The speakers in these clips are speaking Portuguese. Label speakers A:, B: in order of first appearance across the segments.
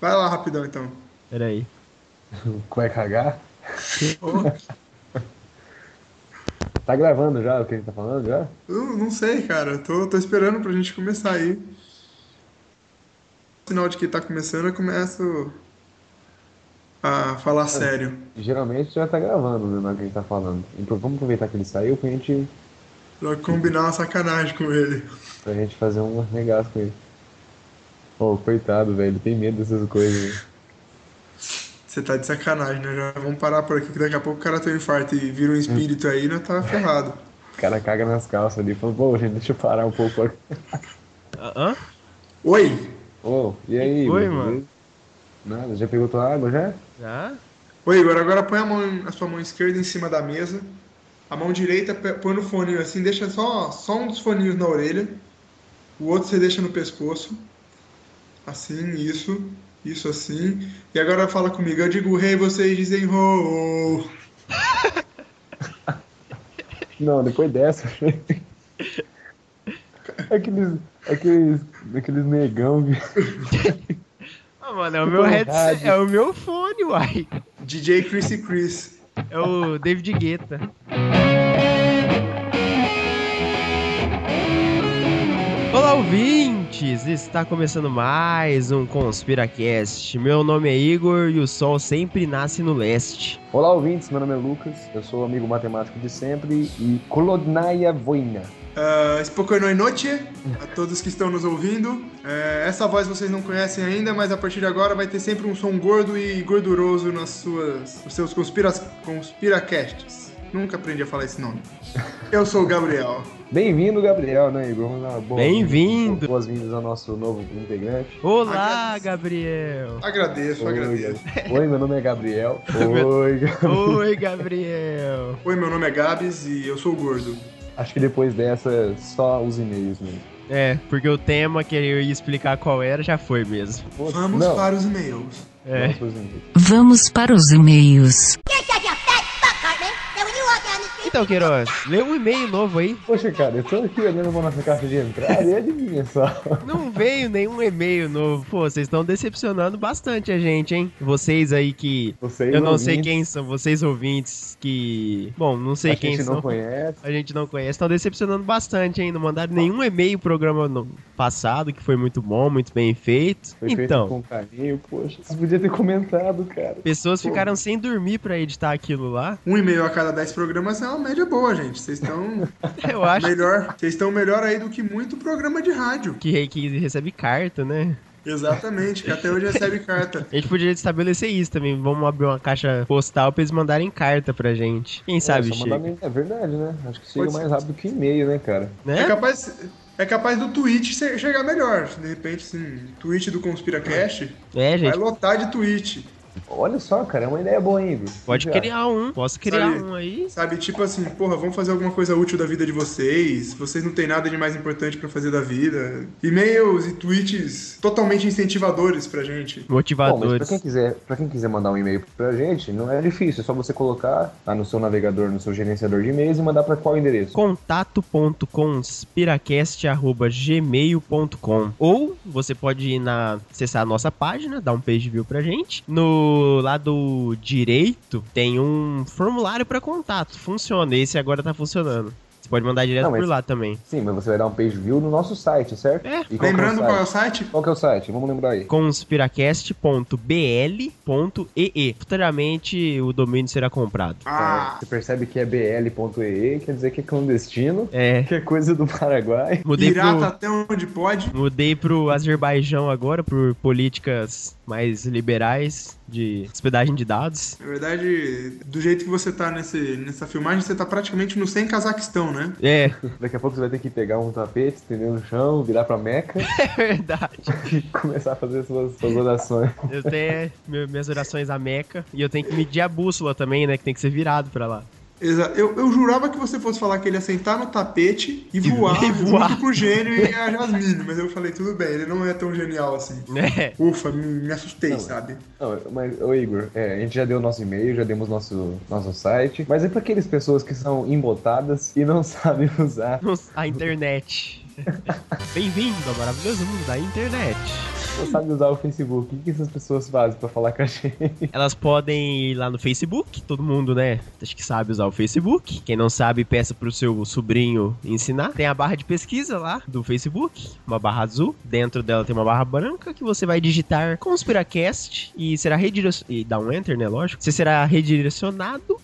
A: Vai lá rapidão então.
B: Peraí.
C: Cueca H?
A: Ô,
C: Tá gravando já o que ele tá falando já?
A: eu não sei, cara. Tô, tô esperando pra gente começar aí. Sinal de que tá começando, eu começo a falar sério.
C: Geralmente já tá gravando né, na hora que a gente tá falando. Então vamos aproveitar que ele saiu pra gente,
A: Pra combinar uma sacanagem com ele.
C: pra gente fazer um regaço com ele. Pô, coitado, velho, ele tem medo dessas coisas. né?
A: Você tá de sacanagem, né? Já vamos parar por aqui, que daqui a pouco o cara tem um infarto e vira um espírito aí, nós tá ferrado.
C: O cara caga nas calças ali, fala, pô, gente, deixa eu parar um pouco.
B: Hã?
A: Oi!
C: Ô, e aí?
B: Oi,
C: beleza?
B: mano.
C: Nada, já pegou tua água já?
B: Já?
A: Oi, Igor, agora põe a, mão, a sua mão esquerda em cima da mesa, a mão direita pe- põe no foninho assim, deixa só, só um dos foninhos na orelha, o outro você deixa no pescoço, assim, isso, isso assim, e agora fala comigo, eu digo rei, vocês dizem ho, ho.
C: Não, depois dessa. aqueles, aqueles, aqueles negão que
B: Ah, mano, é o
C: Que
B: meu headset,
C: verdade.
B: é o meu fone, uai.
A: DJ Chrissy Chris.
B: É o David Guetta. Olá, ouvintes! Está começando mais um ConspiraCast. Meu nome é Igor e o sol sempre nasce no leste.
C: Olá, ouvintes. Meu nome é Lucas. Eu sou amigo matemático de sempre e Kolodnaya Voina.
A: Uh, Spokonoi noite a todos que estão nos ouvindo. Eh, essa voz vocês não conhecem ainda, mas a partir de agora vai ter sempre um som gordo e gorduroso nas suas, nos seus conspiras, conspiracasts. Nunca aprendi a falar esse nome. Eu sou o Gabriel.
C: Bem-vindo, Gabriel, né, Igor? Vamos dar uma boa-
B: Bem-vindo.
C: Boas-vindas ao nosso novo integrante.
B: Olá,
A: Agradeço.
B: Gabriel!
A: Agradeço, agradeço.
C: Oi, meu nome é Gabriel.
B: Meu-
C: Oi. Ga-
B: Oi, Gabriel!
A: Oi, meu nome é Gabs e eu sou o gordo.
C: Acho que depois dessa, só os e-mails mesmo.
B: É, porque o tema que eu ia explicar qual era já foi mesmo.
C: Pô,
A: Vamos
C: não,
A: para os e-mails.
B: É.
C: Vamos para os e-mails.
D: Vamos para os e-mails.
B: Então, Queiroz, lê um e-mail novo aí.
C: Poxa, cara, eu tô aqui olhando pra nossa caixa de entrada e é adivinha só.
B: Não veio nenhum e-mail novo. Pô, vocês estão decepcionando bastante a gente, hein? Vocês aí que.
C: Vocês
B: Eu não sei
C: ouvintes,
B: quem são, vocês ouvintes que. Bom, não sei
C: a
B: quem
C: gente
B: são.
C: não conhece.
B: A gente não conhece, estão decepcionando bastante, hein? Não mandaram nenhum e-mail programa no passado, que foi muito bom, muito bem feito.
C: Foi
B: então,
C: feito com carinho, poxa. Você podia ter comentado, cara.
B: pessoas ficaram sem dormir pra editar aquilo lá.
A: Um e-mail a cada 10 programas é uma média boa, gente. Vocês estão
B: Eu acho
A: melhor, vocês estão melhor aí do que muito programa de rádio.
B: que, que recebe carta, né?
A: Exatamente, que até hoje recebe carta.
B: A gente podia estabelecer isso também. Vamos abrir uma caixa postal pra eles mandarem carta pra gente. Quem sabe,
C: é, só mandar
B: chega,
C: men- é verdade, né? Acho que chega
A: Pode ser.
C: mais rápido que e-mail, né, cara?
B: né?
A: É capaz, é capaz do tweet ser- chegar melhor. De repente, assim, tweet do Conspiracast
B: É,
A: vai
B: gente,
A: lotar de tweet.
C: Olha só, cara, é uma ideia boa, hein, Igor?
B: pode
C: O que você
B: criar um. Posso criar
A: Sabe-
B: um aí?
A: Sabe, tipo assim, porra, vamos fazer alguma coisa útil da vida de vocês. Vocês não têm nada de mais importante pra fazer da vida. E-mails e tweets totalmente incentivadores pra gente.
C: acha? Bom, mas pra
B: Motivadores.
C: quem, quiser, pra quem quiser mandar um e-mail pra gente, não é difícil, é só você colocar lá no seu navegador, no seu gerenciador de e-mails e mandar pra qual endereço?
B: contato.conspiracast.gmail.com Ou você pode ir na, acessar a nossa página, dar um page view pra gente. No lado direito tem um formulário pra contato. Funciona. Esse agora tá funcionando. Você pode mandar direto
C: Não, mas-
B: por lá também.
C: Sim, mas você vai dar um page view no nosso site, certo?
B: É.
C: E qual que é o
A: Lembrando
C: site?
A: qual é o site?
C: Qual que é o site? Vamos lembrar aí.
B: conspiracast.bl.ee Futuramente o domínio será comprado.
A: Ah,
C: É, você percebe que é bl.ee, quer dizer que é clandestino,
B: É,
C: que é coisa do Paraguai.
B: mudei pro...
A: pirata até onde pode.
B: Mudei pro Azerbaijão agora por políticas mais liberais de hospedagem de dados.
A: Na verdade, do jeito que você tá nesse, nessa filmagem, você tá praticamente no sem Cazaquistão, né?
B: É,
C: Daqui a pouco você vai ter que pegar um tapete, estender no chão, virar pra Meca
B: é verdade.
C: e começar a fazer suas, suas orações.
B: Eu tenho me- minhas orações à Meca e eu tenho que medir a bússola também, né? Que tem que ser virado pra lá.
A: Exa- Eu, eu jurava que você fosse falar que ele ia sentar no tapete e voar,
B: e voar.
A: junto com o gênio e a Jasmine, mas eu falei, tudo bem, ele não é tão genial assim.
B: Né?
A: Ufa, me, me assustei,
C: Não,
A: sabe?
C: Não, mas, ô Igor, é, a gente já deu nosso e-mail, já demos nosso, nosso site, mas é pra aquelas pessoas que são embotadas e não sabem usar.
B: A internet. Bem-vindo ao maravilhoso mundo da internet.
C: Não sabe usar o Facebook. O que, que essas pessoas fazem pra falar com a gente?
B: Elas podem ir lá no Facebook, todo mundo, né? Acho que sabe usar o Facebook. Quem não sabe, peça pro seu sobrinho ensinar. Tem a barra de pesquisa lá do Facebook, uma barra azul. Dentro dela tem uma barra branca que você vai digitar Conspiracast e será redirecionado. E dá um enter, né? Lógico. Você será redirecionado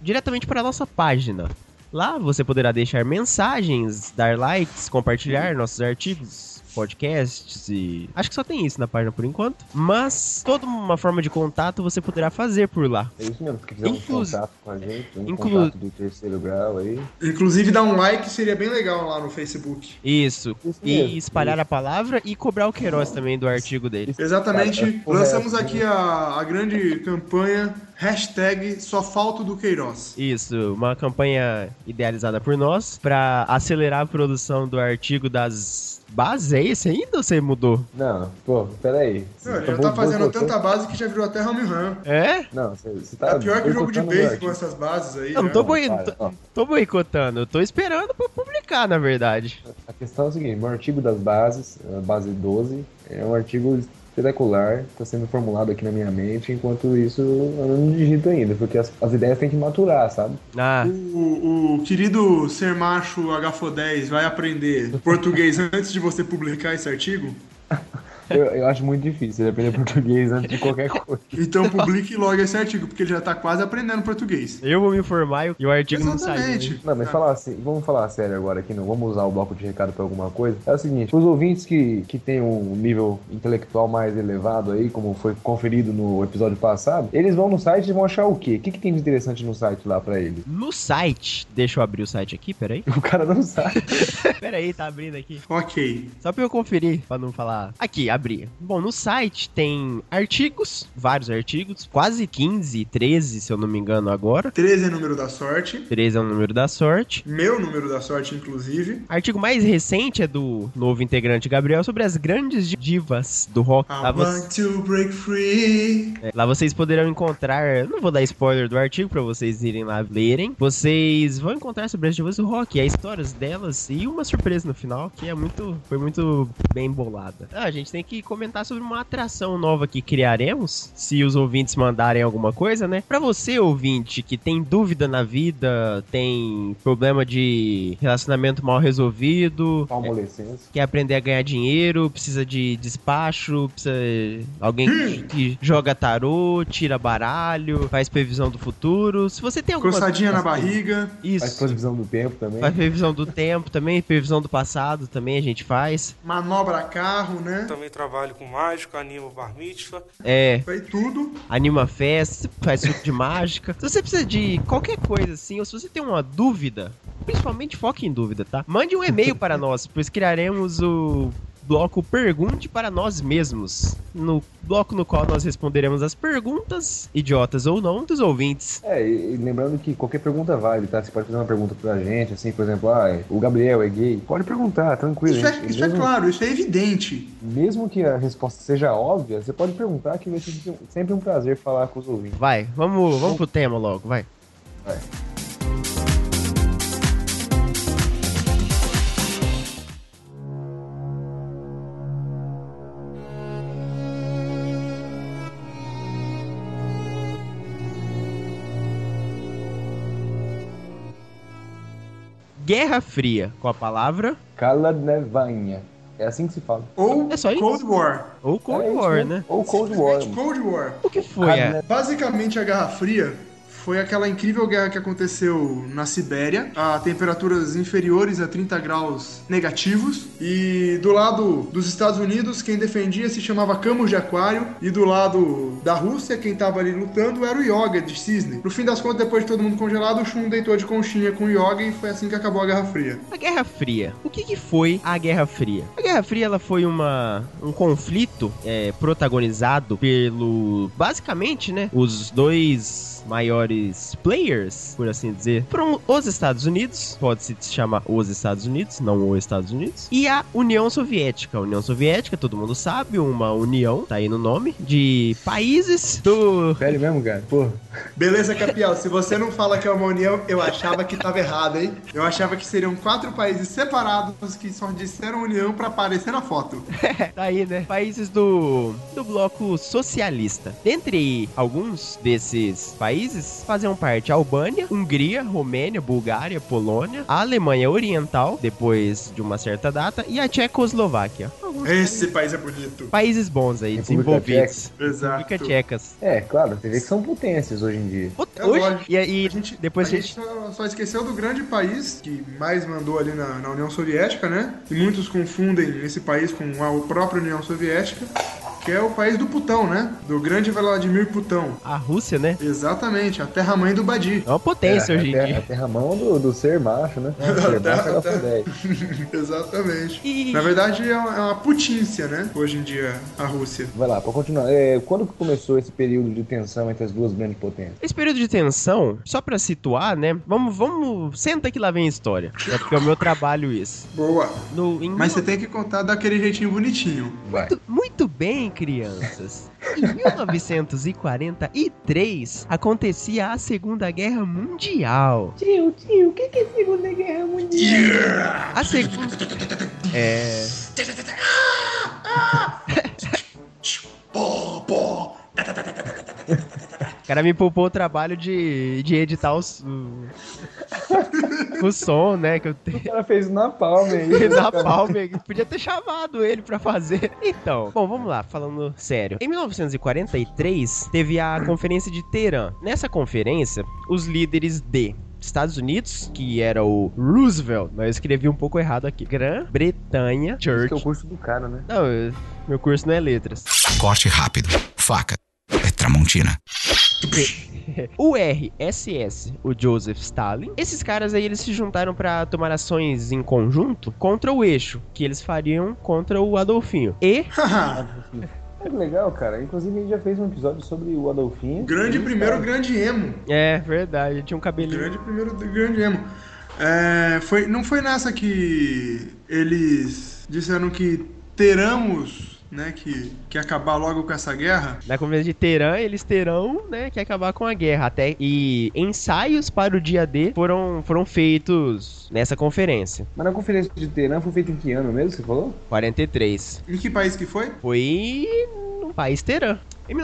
B: diretamente para a nossa página. Lá você poderá deixar mensagens, dar likes, compartilhar nossos artigos, podcasts e. Acho que só tem isso na página por enquanto. Mas toda uma forma de contato você poderá fazer por lá.
C: É isso mesmo, se quiser um
B: Inclus-
C: contato com a gente, um
B: Inclu-
C: contato do terceiro grau aí.
A: Inclusive, dar um like seria bem legal lá no Facebook.
B: Isso.
C: Isso
B: E
C: mesmo.
B: espalhar a palavra e cobrar o Queiroz também do artigo dele.
A: Exatamente.
C: Cara, é
A: Lançamos
C: correto.
A: aqui a, a grande campanha hashtag Só Falta do Queiroz.
B: Isso, uma campanha idealizada por nós para acelerar a produção do artigo das bases. É esse ainda ou você mudou?
C: Não, pô, peraí. Você
A: Não, já
C: bo-
A: tá fazendo
C: boicotando-
A: tanta base que já virou até home run.
B: É?
C: Não, você, você tá.
A: Tá pior que o jogo de
C: boicotando
A: base
C: o
A: com
C: Arthur.
A: essas bases aí.
B: Eu não
A: né?
B: tô,
C: Não,
B: boi-
C: para,
B: tô-
C: ó.
B: tô boicotando, eu tô esperando pra publicar, na verdade.
C: A questão é o seguinte: meu artigo das bases, a base 12, é um artigo espetacular, está sendo formulado aqui na minha mente, enquanto isso eu não digito ainda, porque as, as ideias têm que maturar, sabe?
B: Ah,
A: O, o Um, querido ser macho HFO10 vai aprender português antes de você publicar esse artigo?
C: Eu, eu acho muito difícil ele aprender português antes de qualquer coisa.
A: Então publique logo esse artigo, porque ele já tá quase aprendendo português.
B: eu vou me informar e o artigo não saiu.
A: Exatamente.
C: Não, mas falar assim, vamos falar sério agora aqui, não vamos usar o bloco de recado pra alguma coisa. É o seguinte, os ouvintes que, que têm um nível intelectual mais elevado aí, como foi conferido no episódio passado, eles vão no site e vão achar o quê? O que, que tem de interessante no site lá pra eles?
B: No site, deixa eu abrir o site aqui, peraí.
C: O cara não sabe.
B: peraí, tá abrindo aqui.
A: Ok.
B: Só pra eu conferir, pra não falar. Aqui, abri. Bom, no site tem artigos, vários artigos, quase 15, 13, se eu não me engano agora.
A: 13 é número da sorte.
B: 13 é o número da sorte.
A: Meu número da sorte, inclusive.
B: Artigo mais recente é do novo integrante Gabriel sobre as grandes divas do rock.
A: I
B: Lá, vo-
A: want to break free.
B: é, lá vocês poderão encontrar. eu Não vou dar spoiler do artigo pra vocês irem lá lerem. Vocês vão encontrar sobre as divas do rock, as histórias delas e uma surpresa no final que é muito, foi muito bem bolada. Ah, a gente tem que comentar sobre uma atração nova que criaremos, se os ouvintes mandarem alguma coisa, né? Pra você ouvinte que tem dúvida na vida, tem problema de relacionamento mal resolvido,
C: Tá Palmolescência.
B: quer aprender a ganhar dinheiro, precisa de despacho, precisa alguém que, que joga tarô, tira baralho, faz previsão do futuro. Se você tem alguma
A: Coçadinha na barriga.
C: Faz
B: isso,
C: previsão do tempo também.
B: faz previsão do tempo também, previsão do passado também a gente faz.
A: Manobra carro, né?
E: Também trabalho com mágica, animo bar mitzvah.
B: É,
A: Foi tudo.
B: anima festa, faz suco de mágica. Se você precisa de qualquer coisa assim, ou se você tem uma dúvida, principalmente foque em dúvida, tá? Mande um e-mail para nós, pois criaremos o bloco Pergunte para nós mesmos, no bloco no qual nós responderemos as perguntas, idiotas ou não, dos ouvintes.
C: É, e e lembrando que qualquer pergunta vale, tá? Você pode fazer uma pergunta pra gente, assim, por exemplo, ah, é- o Gabriel é gay? Pode perguntar, tranquilo.
A: Isso é,
C: gente.
A: isso é
C: mesmo,
A: claro, isso é evidente.
C: mesmo que a resposta seja óbvia, você pode perguntar que vai ser sempre um prazer falar com os ouvintes.
B: Vai, vamos, vamos pro tema logo, vai.
C: Vai.
B: Guerra Fria, com a palavra
C: Cala nevanha. É assim que se fala.
A: Ou
B: É só isso?
A: Cold War.
B: ou Cold
C: É isso
B: War,
C: mesmo.
B: né?
C: Ou Cold War. mano.
A: Cold War.
B: O que foi? é?
C: Cala
B: a-
A: Basicamente, a Guerra Fria foi aquela incrível guerra que aconteceu na Sibéria, a temperaturas inferiores a 30 graus negativos. E do lado dos Estados Unidos, quem defendia se chamava Camus de Aquário, e do lado da Rússia, quem tava ali lutando era o Yoga de Cisne. No fim das contas, depois de todo mundo congelado, o Shun deitou de conchinha com o Yoga e foi assim que acabou a Guerra Fria.
B: A Guerra Fria. O que, que foi a Guerra Fria? A Guerra Fria ela foi uma, um conflito é, protagonizado pelo basicamente, né, os dois maiores maiores players, por assim dizer, foram os Estados Unidos, pode-se chamar os Estados Unidos, não os Estados Unidos, e a União Soviética. A União Soviética, todo mundo sabe, uma união, tá aí no nome, de países do...
C: Sério mesmo, cara? Pô,
A: Beleza, Capial, se você não fala que é uma união, eu achava que tava errado, hein? Eu achava que seriam quatro países separados que só disseram união pra aparecer na foto.
B: tá aí, né? Países do, do bloco socialista. Dentre alguns desses países faziam parte Albânia, Hungria, Romênia, Bulgária, Polônia, a Alemanha Oriental, depois de uma certa data, e a Tchecoslováquia. Alguns
A: Esse país é bonito.
B: países bons aí,
C: República
B: desenvolvidos.
A: Exato.
B: República Tchecas.
C: é, claro, você vê que são potências hoje em dia.
B: Puta,
A: É
B: Hoje,
A: lógico.
B: e, aí
A: A gente,
B: depois
A: a gente só, só esqueceu do grande país que mais mandou ali na, na União Soviética, né? E muitos confundem esse país com a própria União Soviética, que é o país do Putão, né? Do grande Vladimir Putão.
B: a Rússia, né?
A: Exatamente, a terra-mãe do Badi.
B: É uma potência
C: É,
B: hoje em
C: a,
B: dia.
C: terra, a terra mão do, do ser macho, né? O ser macho era o 10.
A: Exatamente.
B: E-
A: Na verdade, é uma, é uma putícia, né? Hoje em dia, a Rússia.
C: Vai lá, pra continuar. É, quando que começou esse período de tensão entre as duas grandes potências?
B: Esse período de tensão, só pra situar, né? Vamos, vamos, senta que lá vem a história. É porque é o meu trabalho isso.
A: Boa.
B: No, em
A: Mas você tem que contar daquele jeitinho bonitinho.
C: Vai.
B: Muito, muito bem, crianças. Em 1943 acontecia a Segunda Guerra Mundial.
F: Tio, tio, o que que é Segunda Guerra Mundial?
B: A Segunda. É. O cara me poupou o trabalho de, de editar os, o, o som, né? Que eu tenho.
C: O cara fez na palma aí.
B: Na Palmer, podia ter chamado ele pra fazer. Então, bom, vamos lá, falando sério. Em 1943, teve a Conferência de Teherã. Nessa conferência, os líderes de Estados Unidos, que era o Roosevelt, mas eu escrevi um pouco errado aqui. Grã-Bretanha,
C: Esse que é o
B: Church.
C: curso do cara, né?
B: Não, eu- meu curso não é letras.
G: Corte rápido. Faca. É Tramontina.
B: O RSS, o Joseph Stalin. Esses caras aí, eles se juntaram pra tomar ações em conjunto contra o eixo, que eles fariam contra o Adolfinho. E
C: É legal, cara. Inclusive, a gente já fez um episódio sobre o Adolfinho.
A: grande primeiro, grande emo.
B: É, verdade. Tinha um cabelinho.
A: Grande primeiro do grande emo. É, foi, não foi nessa que eles disseram que teramos, né, que, que acabar logo com essa guerra?
B: Na conversa de Teherã, eles terão, né, que acabar com a guerra. Até e ensaios para o dia D foram, foram feitos nessa conferência.
C: Mas na conferência de Teherã foi feita em que ano mesmo, você falou?
B: 43.
A: Em que país que foi?
B: Foi no país Teherã. Em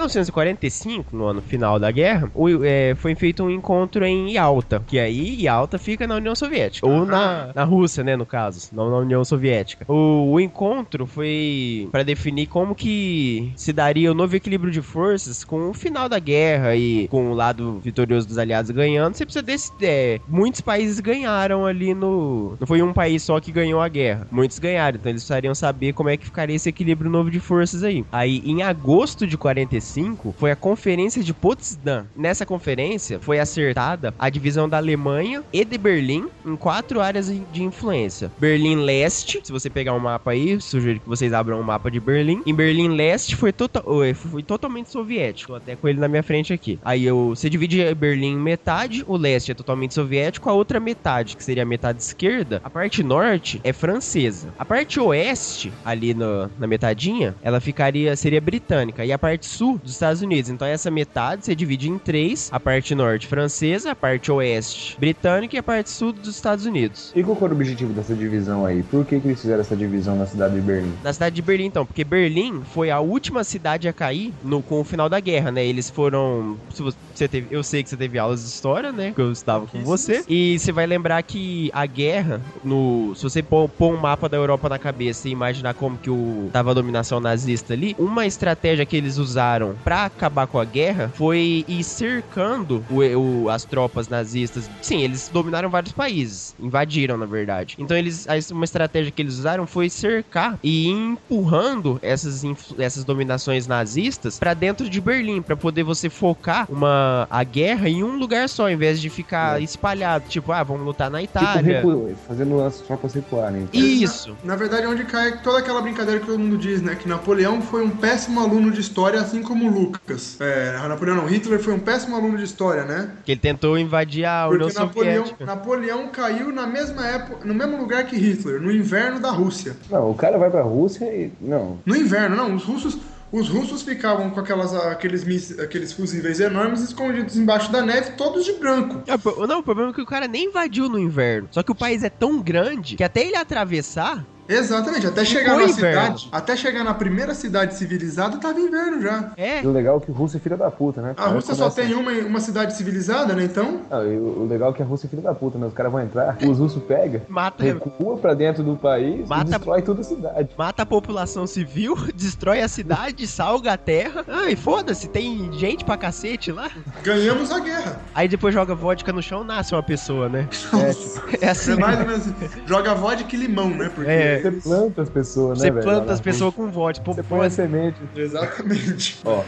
B: 1945, no ano final da guerra, o- é, foi feito um encontro em Yalta, que aí Yalta fica na União Soviética. Ou na, na Rússia, né, no caso, não na União Soviética. O, o encontro foi para definir como que se daria o novo equilíbrio de forças com o final da guerra e com o lado vitorioso dos aliados ganhando. Você precisa desse. É, muitos países ganharam ali no. Não foi um país só que ganhou a guerra. Muitos ganharam, então eles precisariam saber como é que ficaria esse equilíbrio novo de forças aí. Aí, em agosto de 45, foi a Conferência de Potsdam. Nessa conferência, foi acertada a divisão da Alemanha e de Berlim em quatro áreas de influência. Berlim Leste, se você pegar um mapa aí, sugiro que vocês abram um mapa de Berlim. Em Berlim Leste foi, tota- eh, foi totalmente soviético, tô até com ele na minha frente aqui. Aí eu, você divide Berlim em metade, o leste é totalmente soviético, a outra metade, que seria a metade esquerda, a parte norte é francesa. A parte oeste, ali no- na metadinha, ela ficaria seria britânica e a parte sul dos Estados Unidos. Então essa metade você divide em três, a parte norte francesa, a parte oeste britânica e a parte sul dos Estados Unidos.
C: E qual que era o objetivo dessa divisão aí? Por que, que eles fizeram essa divisão na cidade de Berlim?
B: Na cidade de Berlim, então, porque Berlim foi a última cidade a cair no, com o final da guerra, né? Eles foram. Se você teve, eu sei que você teve aulas de história, né? Que eu estava com você. E você vai lembrar que a guerra, no, se você pôr, pôr um mapa da Europa na cabeça e imaginar como que o, tava a dominação nazista ali, uma estratégia que eles usaram pra acabar com a guerra foi ir cercando o- o- as tropas nazistas. Sim, eles dominaram vários países, invadiram na verdade. Então eles aí uma estratégia que eles usaram foi cercar e ir empurrando essas influ- essas dominações nazistas pra dentro de Berlim, pra poder você focar uma a guerra em um lugar só, em vez de ficar
A: É.
B: espalhado, tipo, ah, vamos lutar na Itália.
C: Tipo, recu... fazendo as tropas recuarem.
B: Isso.
A: Na verdade, é onde cai toda aquela brincadeira que todo mundo diz, né? Que Napoleão foi um péssimo aluno de história, assim assim como o Lucas. É, Napoleão não, Hitler foi um péssimo aluno de história, né?
B: Que ele tentou invadir a União
A: Porque Napoleão,
B: Soviética.
A: Napoleão caiu na mesma época, no mesmo lugar que Hitler, no inverno da Rússia.
C: Não, o cara vai pra Rússia e. Não.
A: No inverno, não, os russos, os russos ficavam com aquelas, aqueles, mis- aqueles fusíveis enormes escondidos embaixo da neve, todos de branco.
B: É, pô, Não, o problema é que o cara nem invadiu no inverno. Só que o país é tão grande que até ele atravessar,
A: Exatamente, até chegar
B: foi
A: na
B: inverno.
A: cidade, até chegar na primeira cidade civilizada, tava inverno já.
B: é.
C: E o legal é que o Rússia é filha da puta, né?
A: A
C: Aí
A: Rússia só
C: começa-
A: tem um- uma, uma cidade civilizada, né? Então,
C: Não, e o o legal é que a Rússia é filha da puta, né? Os caras vão entrar, os russos pegam,
B: Mata,
C: recua pra dentro do país
B: Mata-
C: e destrói toda a cidade.
B: mata a população civil, destrói a cidade, salga a terra. Ai, foda-se, tem gente pra cacete lá.
A: ganhamos a guerra.
B: Aí depois joga vodka no chão, nasce uma pessoa, né?
C: É, tipo,
B: É assim.
A: É mais ou menos assim. Joga vodka e limão, né? Porque...
B: É.
C: você planta as pessoas, né,
B: Você
C: velho, lá
B: planta
C: na
B: as pessoas com vodka. Pô,
C: Rússia. Você
B: pô,
C: põe a semente.
A: Exatamente.
C: Ó,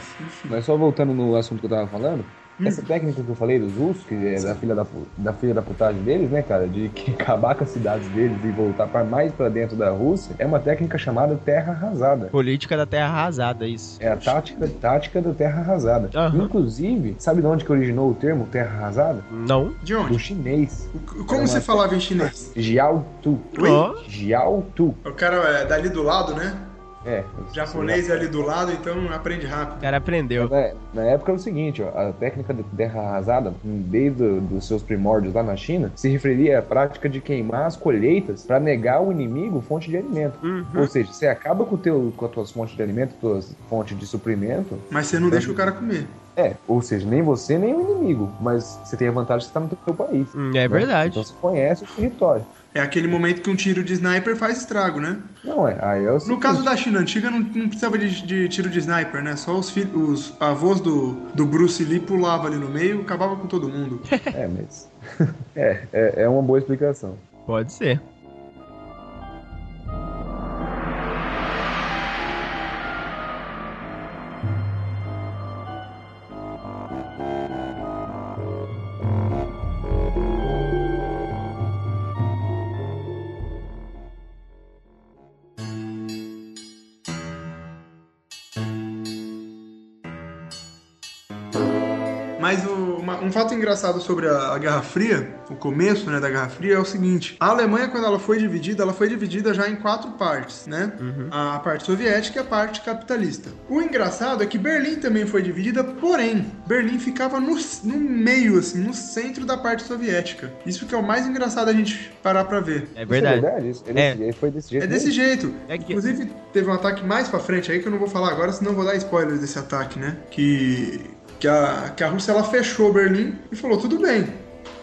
C: mas só voltando no assunto que eu tava falando,
B: Hum.
C: essa técnica que eu falei dos russos, que é da filha da, pu- da filha da putagem deles, né, cara, de que acabar com as cidades deles e voltar pra mais pra dentro da Rússia, é uma técnica chamada terra arrasada.
B: política da terra arrasada, isso.
C: É a tática, tática da terra arrasada.
B: Aham.
C: Inclusive, sabe de onde que originou o termo terra arrasada?
B: Não.
A: De
C: Do
A: onde?
C: chinês.
A: O- Como você falava em chinês?
C: Jiao Tu.
B: Oi? Ó.
C: Jiao Tu.
A: O cara é dali do lado, né?
C: É.
A: Japonês é ali do lado, então aprende rápido.
B: O cara aprendeu.
C: Na, É, na época era o seguinte, ó, a técnica de terra arrasada, desde os seus primórdios lá na China, se referia à prática de queimar as colheitas para negar ao inimigo fonte de alimento.
B: Uhum.
C: Ou seja, você acaba com, o teu, com as tuas fontes de alimento, tuas fontes de suprimento.
A: Mas você não deixa o cara comer.
C: É, ou seja, nem você, nem o inimigo. Mas você tem a vantagem de estar no teu país.
B: Hum, É
C: né?
B: verdade.
C: Então você conhece o território.
A: É aquele momento que um tiro de sniper faz estrago, né?
C: Não é, aí é o
A: No
C: seguinte,
A: caso da China antiga, não, não precisava de, de tiro de sniper, né? Só os, filhos, os avós do, do Bruce Lee pulavam ali no meio, acabava com todo mundo.
C: É, mas... é, é, é uma boa explicação.
B: Pode ser.
A: Mas o- uma- um fato engraçado sobre a, a Guerra Fria, o começo né, da Guerra Fria, é o seguinte: a Alemanha, quando ela foi dividida, ela foi dividida já em quatro partes, né?
B: Uhum.
A: A parte soviética e a parte capitalista. O engraçado é que Berlim também foi dividida, porém, Berlim ficava no, c- no meio, assim, no centro da parte soviética. Isso que é o mais engraçado a gente parar pra ver.
B: É
C: Isso
B: verdade.
C: É verdade, isso, ele,
B: É.
C: ele foi desse jeito.
A: É desse jeito.
B: É que-
A: Inclusive, teve um ataque mais pra frente aí que eu não vou falar agora, senão vou dar spoilers desse ataque, né? Que, que, a, que a Rússia ela fechou Berlim e falou: tudo bem,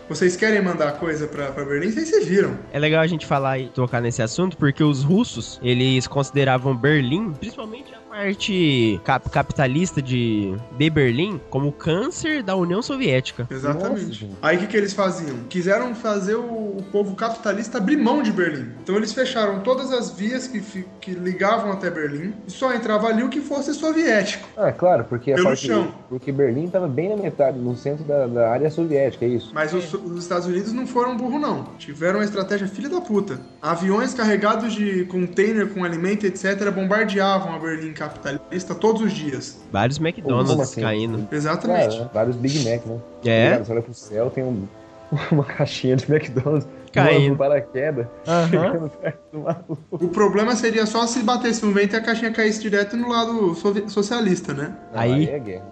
A: vocês querem mandar coisa pra, pra Berlim, vocês se viram.
B: É legal a gente falar e tocar nesse assunto, porque os russos, eles consideravam Berlim, principalmente a parte cap- capitalista de, de Berlim, como o câncer da União Soviética.
C: Nossa,
A: Exatamente.
C: gente.
A: aí o que, que eles faziam? Quiseram fazer o, o povo capitalista abrir mão de Berlim. Então eles fecharam todas as vias que, fi- que ligavam até Berlim e só entrava ali o que fosse soviético.
C: Ah, claro, porque a
A: Pelo
C: parte-
A: chão.
C: porque Berlim estava bem na metade, no centro da, da área soviética, é isso.
A: Mas os, os Estados Unidos não foram burro não. Tiveram uma estratégia filha da puta. Aviões carregados de container com alimento, etc., bombardeavam a Berlim capitalista todos os dias.
B: Vários
C: Como
B: McDonald's
C: assim?
B: caindo.
A: Exatamente.
C: Cara, vários Big Mac, né?
B: É,
C: Cara, você olha pro céu, tem um- uma caixinha de McDonald's
B: Caindo.
C: voando paraquedas,
B: aham.
C: chegando perto do maluco.
A: O problema seria só se batesse um vento e a caixinha caísse direto no lado sovi- socialista, né?
C: Não,
B: Aí-
C: é guerra.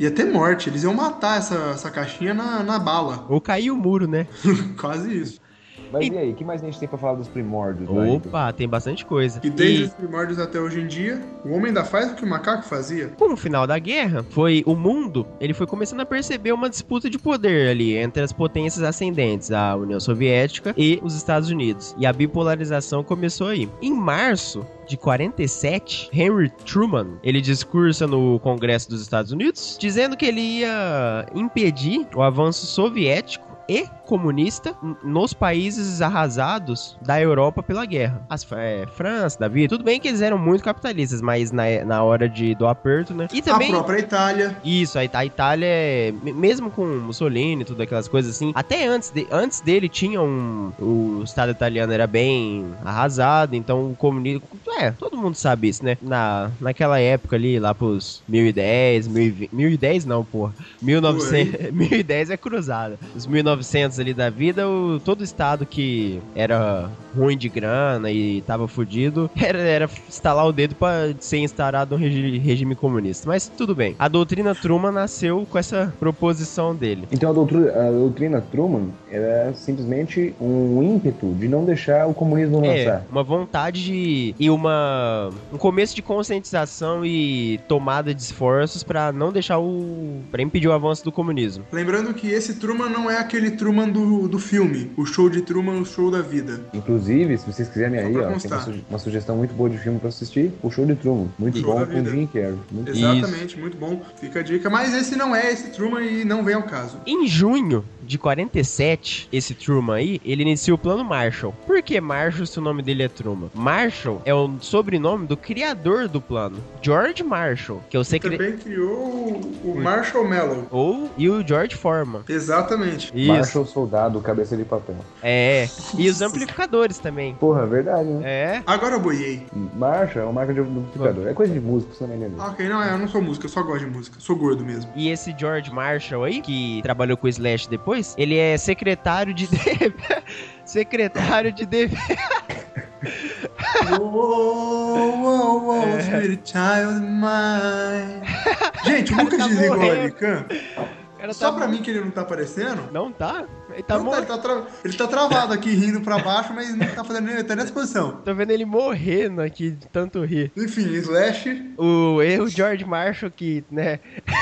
A: Ia ter morte. Eles iam matar essa, essa caixinha na, na bala.
B: Ou caiu o muro, né?
A: Quase isso.
C: Mas
B: E-
C: e... aí, o que mais a gente tem pra falar dos primórdios? né, aí?
B: Opa, tem bastante coisa.
A: E desde os primórdios até hoje em dia, o homem ainda faz o que o macaco fazia.
B: Com o um final da guerra, foi o mundo, ele foi começando a perceber uma disputa de poder ali entre as potências ascendentes, a União Soviética e os Estados Unidos. E a bipolarização começou aí. Em março de 47, Henry Truman, ele discursa no Congresso dos Estados Unidos, dizendo que ele ia impedir o avanço soviético e comunista n- nos países arrasados da Europa pela guerra. As Fra- é, França, Davi, tudo bem que eles eram muito capitalistas, mas na, na hora de, do aperto, né? E também.
A: A própria Itália.
B: Isso, a Ita- a Itália, é- me- mesmo com Mussolini e tudo aquelas coisas assim, até antes, de- antes dele tinha um. O Estado italiano era bem arrasado, então o comunismo. É, todo mundo sabe isso, né? Na, naquela época ali, lá pros 1010, 1020, 1010 não, porra. 1900, 1010 é cruzada. Os 1900 ali da vida, o, todo estado que era ruim de grana e tava fudido, era, era instalar o dedo pra ser instaurado um regi- regime comunista. Mas tudo bem. A doutrina Truman nasceu com essa proposição dele.
C: Então a doutrina, a doutrina Truman era simplesmente um ímpeto de não deixar o comunismo
B: É,
C: avançar.
B: uma vontade de, e uma um começo de conscientização e tomada de esforços pra não deixar o Pra impedir o avanço do comunismo.
A: Lembrando que esse Truman não é aquele Truman do, do filme, o show de Truman, o show da vida.
C: Inclusive, se vocês quiserem
A: Só
C: aí,
A: pra
C: ó, tem
A: constar.
C: uma, suge- uma sugestão muito boa de filme pra assistir, o Show de Truman. Muito
A: Show
C: bom
A: da
C: com
A: vida.
C: Jim Carrey. Muito
B: Isso.
A: Exatamente, muito bom. Fica a dica. Mas esse não é esse Truman e não vem ao caso.
B: Em junho de 47, esse Truman aí, ele inicia o plano Marshall. Por que Marshall se o nome dele é Truman? Marshall é o sobrenome do criador do plano, George Marshall, que é o secretário.
A: Também criou o, o Marshall Mellow.
B: Ou e o George Foreman.
A: Exatamente.
B: Isso.
C: Marshall Soldado, cabeça de papel.
B: É. E os amplificadores também.
C: Porra, é verdade, né?
B: É.
A: Agora eu boiei.
C: Marshall é uma marca de amplificador. É coisa de músico, você também lembra.
A: Ah, Ok, não, é, eu não sou música, eu só gosto de música. Sou gordo mesmo.
B: E esse George Marshall aí, que trabalhou com o Slash depois, ele é secretário de. secretário de defesa.
A: oh, oh, oh,
B: É.
A: sweet child mine. Gente, o Lucas
B: tá
A: desligou
B: morrendo.
A: a webcam.
B: O cara tá
A: Só pra mim que ele não tá aparecendo.
B: Não tá? Ele tá
A: Não tá,
B: morto.
A: ele, tá tra- ele tá travado aqui, rindo pra baixo, mas não tá fazendo nem. tá nessa posição.
B: Tô vendo ele morrendo aqui de tanto rir.
A: Enfim, Slash.
B: O erro George Marshall que, né?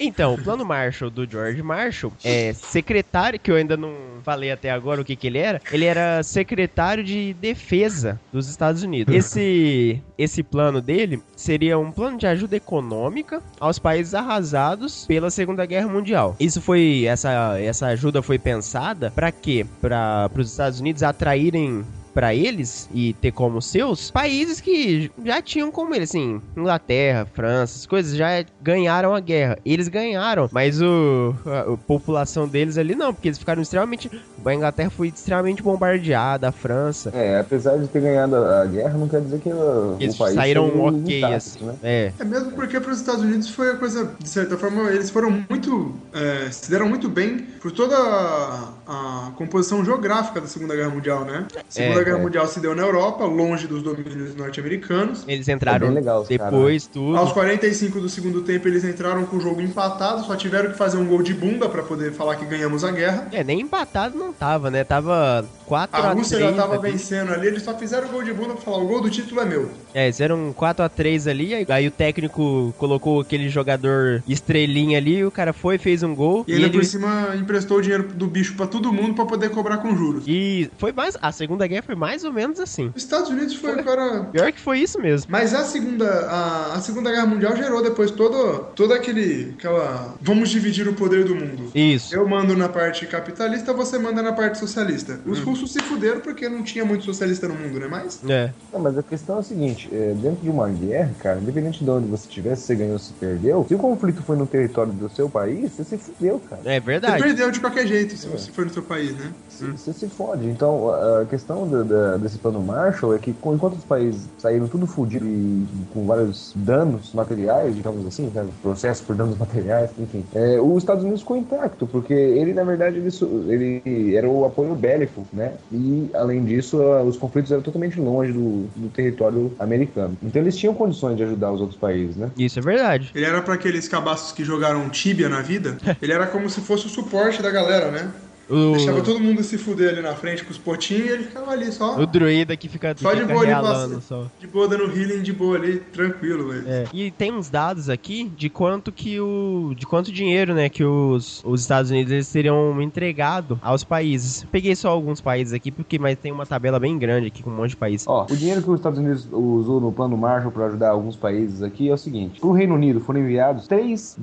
B: Então, o plano Marshall do George Marshall é secretário, que eu ainda não falei até agora o que, que ele era. Ele era secretário de defesa dos Estados Unidos. Esse, esse plano dele seria um plano de ajuda econômica aos países arrasados pela Segunda Guerra Mundial. Isso foi essa, essa ajuda foi pensada para quê? Para os Estados Unidos atraírem pra eles e ter como seus países que já tinham como eles, assim, Inglaterra, França, essas coisas já ganharam a guerra. Eles ganharam, mas o a, a população deles ali não, porque eles ficaram extremamente. A Inglaterra foi extremamente bombardeada, a França.
C: É, apesar de ter ganhado a a guerra, não quer dizer que uh,
B: Eles
C: o país
B: saíram
C: seja
B: ok,
C: intacto,
B: assim.
C: né?
B: É.
A: É mesmo porque para os Estados Unidos foi a coisa, de certa forma, eles foram muito. é, se deram muito bem por toda a, a composição geográfica da Segunda Guerra Mundial, né? A Segunda
B: É,
A: Guerra
C: é.
A: Mundial se deu na Europa, longe dos domínios norte-americanos.
B: Eles
C: É
B: entraram
C: bem legal os caras, né?
B: depois, tudo.
A: Aos 45 do segundo tempo, eles entraram com o jogo empatado, só tiveram que fazer um gol de bunda para poder falar que ganhamos a guerra.
B: É, nem empatado não tava, né? Tava 4
A: A
B: a
A: Rússia já
B: 3
A: estava
B: ali.
A: vencendo ali, eles só fizeram o gol de bunda pra falar: o gol do título é meu.
B: É, eles eram 4x3 ali, aí, aí o técnico colocou aquele jogador estrelinha ali, o cara foi, fez um gol.
A: E ainda por cima emprestou o dinheiro do bicho para todo mundo para poder cobrar com juros.
B: E foi mais. A Segunda Guerra foi mais ou menos assim.
A: Os Estados Unidos foi, cara,
B: Pior que foi isso mesmo.
A: Mas a segunda, a, a segunda guerra mundial gerou depois todo, todo aquele, aquela, vamos dividir o poder do mundo.
B: Isso.
A: Eu mando na parte capitalista, você manda na parte socialista. Os russos se fuderam porque não tinha muito socialista no mundo, né? Mas
B: É.
C: Não, mas a questão é a seguinte, é, dentro de uma guerra, cara, independente de onde você estiver, se você ganhou ou se perdeu, se o conflito foi no território do seu país, você se fudeu, cara.
B: É
A: você
B: verdade.
A: perdeu de qualquer jeito se você for no seu país, né?
C: Você você se fode. Então, a a questão da- da- desse plano Marshall é que, com- enquanto os países saíram tudo fodido e com vários danos materiais, digamos assim, né, processo por danos materiais, enfim, é, os Estados Unidos ficou intacto, porque ele, na verdade, ele, su- ele era o apoio bélico, né? E, além disso, a- os conflitos eram totalmente longe do, do território americano. Então, eles tinham condições de ajudar os outros países, né?
B: Isso é verdade.
A: Ele era pra aqueles cabaços que jogaram tíbia na vida. Ele era como se fosse o suporte da galera, né?
B: O,
A: Deixava todo mundo se fuder ali na frente com os potinhos e ele ficava ali só,
B: o druida que fica,
A: Só de
B: fica
A: boa ele
B: realando
A: passa.
B: só.
A: de boa, dando healing de boa ali, tranquilo, velho.
B: É, E tem uns dados aqui de quanto que o. de quanto dinheiro, né, que os, os Estados Unidos eles teriam entregado aos países. Peguei só alguns países aqui, porque mas tem uma tabela bem grande aqui com um monte de países.
C: Ó, o dinheiro que os Estados Unidos usou no plano Marshall para ajudar alguns países aqui é o seguinte: pro Reino Unido foram enviados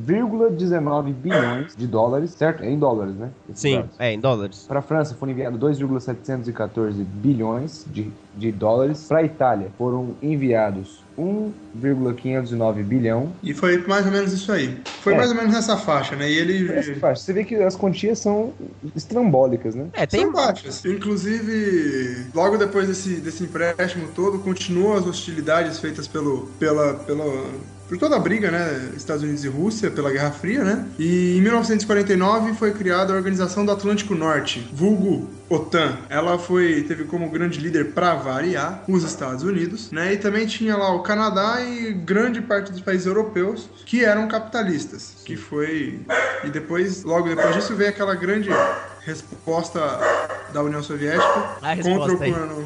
C: 3,19 bilhões de dólares, certo? É em dólares, né? Esses
B: Sim,
C: dados.
B: é, em dólares.
C: Para a França foram enviados 2,714 bilhões de, de dólares. Para a Itália foram enviados 1,509 bilhão.
A: E foi mais ou menos isso aí. Foi
C: É.
A: mais ou menos nessa faixa, né? E
C: Essa
A: ele.
C: faixa, Você vê que as quantias são estrambólicas, né?
B: É, tem.
A: São baixas. Inclusive, logo depois desse, desse empréstimo todo, continuam as hostilidades feitas pelo, pela, pela, por toda a briga, né? Estados Unidos e Rússia, pela Guerra Fria, né? E em 1949 foi criada a Organização do Atlântico Norte, vulgo OTAN. Ela foi teve como grande líder, para variar, os Estados Unidos, né? E também tinha lá o Canadá e grande parte dos países europeus que eram capitalistas, que foi... E depois, logo depois disso, veio aquela grande resposta da União Soviética
B: A resposta
A: contra o
B: aí.
A: plano,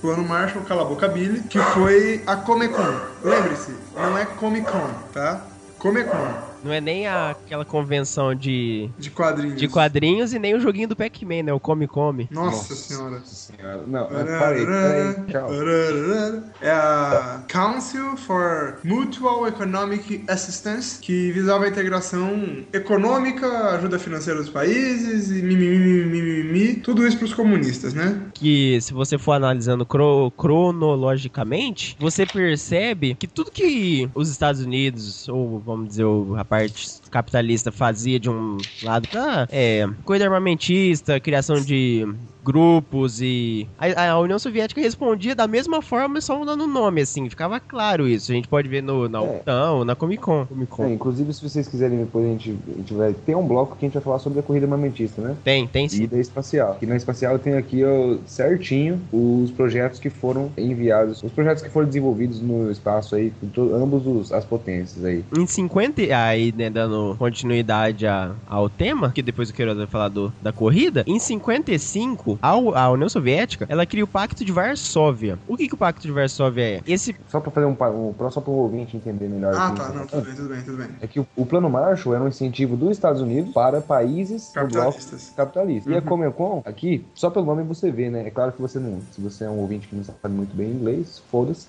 A: plano Marshall, cala a boca Billy, que foi a Comic Con. Lembre-se, não é Comic Con, tá? Comic Con,
B: Não é nem a- aquela convenção de.
A: de quadrinhos.
B: De quadrinhos e nem o joguinho do Pac-Man, né? O Come Come.
A: Nossa, senhora.
C: senhora. Não, parei, parei. Tchau.
A: É a Council for Mutual Economic Assistance, que visava a integração econômica, ajuda financeira dos países e mimimi, mimimi, mimimi, tudo isso para os comunistas, né?
B: que se você for analisando cro- cronologicamente, você percebe que tudo que os Estados Unidos, ou vamos dizer, o- a parte capitalista fazia de um lado pra é, coisa armamentista, criação de grupos e a, a União Soviética respondia da mesma forma, só mudando o nome, assim, ficava claro isso. A gente pode ver no, na
C: É.
B: OTAN ou na Comic Con. Comic
C: É,
B: Con.
C: inclusive, se vocês quiserem depois, a gente, a gente vai ter um bloco que a gente vai falar sobre a corrida armamentista, né?
B: Tem, tem
C: E
B: sim.
C: da espacial. E na espacial eu tenho aqui ó, certinho os projetos que foram enviados, os projetos que foram desenvolvidos no espaço aí, com to- ambos os, as potências aí.
B: Em 50, e- aí né, dando continuidade a- ao tema, que depois o Queiroz vai falar do- da corrida, em 55, a, U- a União Soviética, ela cria o Pacto de Varsóvia. O que, que o Pacto de Varsóvia é? Esse
C: Só pra fazer um, pa- um só para o ouvinte entender melhor.
A: Ah,
C: o que
A: tá,
C: eu tô
A: não, tudo
C: falando,
A: bem, tudo bem, tudo bem.
C: É que o, o Plano Marshall era um incentivo dos Estados Unidos para países do bloco
A: Capitalistas.
C: capitalista. E a
A: Uhum.
C: Comecon, aqui, só pelo nome você vê, né? É claro que você não. Se você é um ouvinte que não sabe muito bem inglês, foda-se.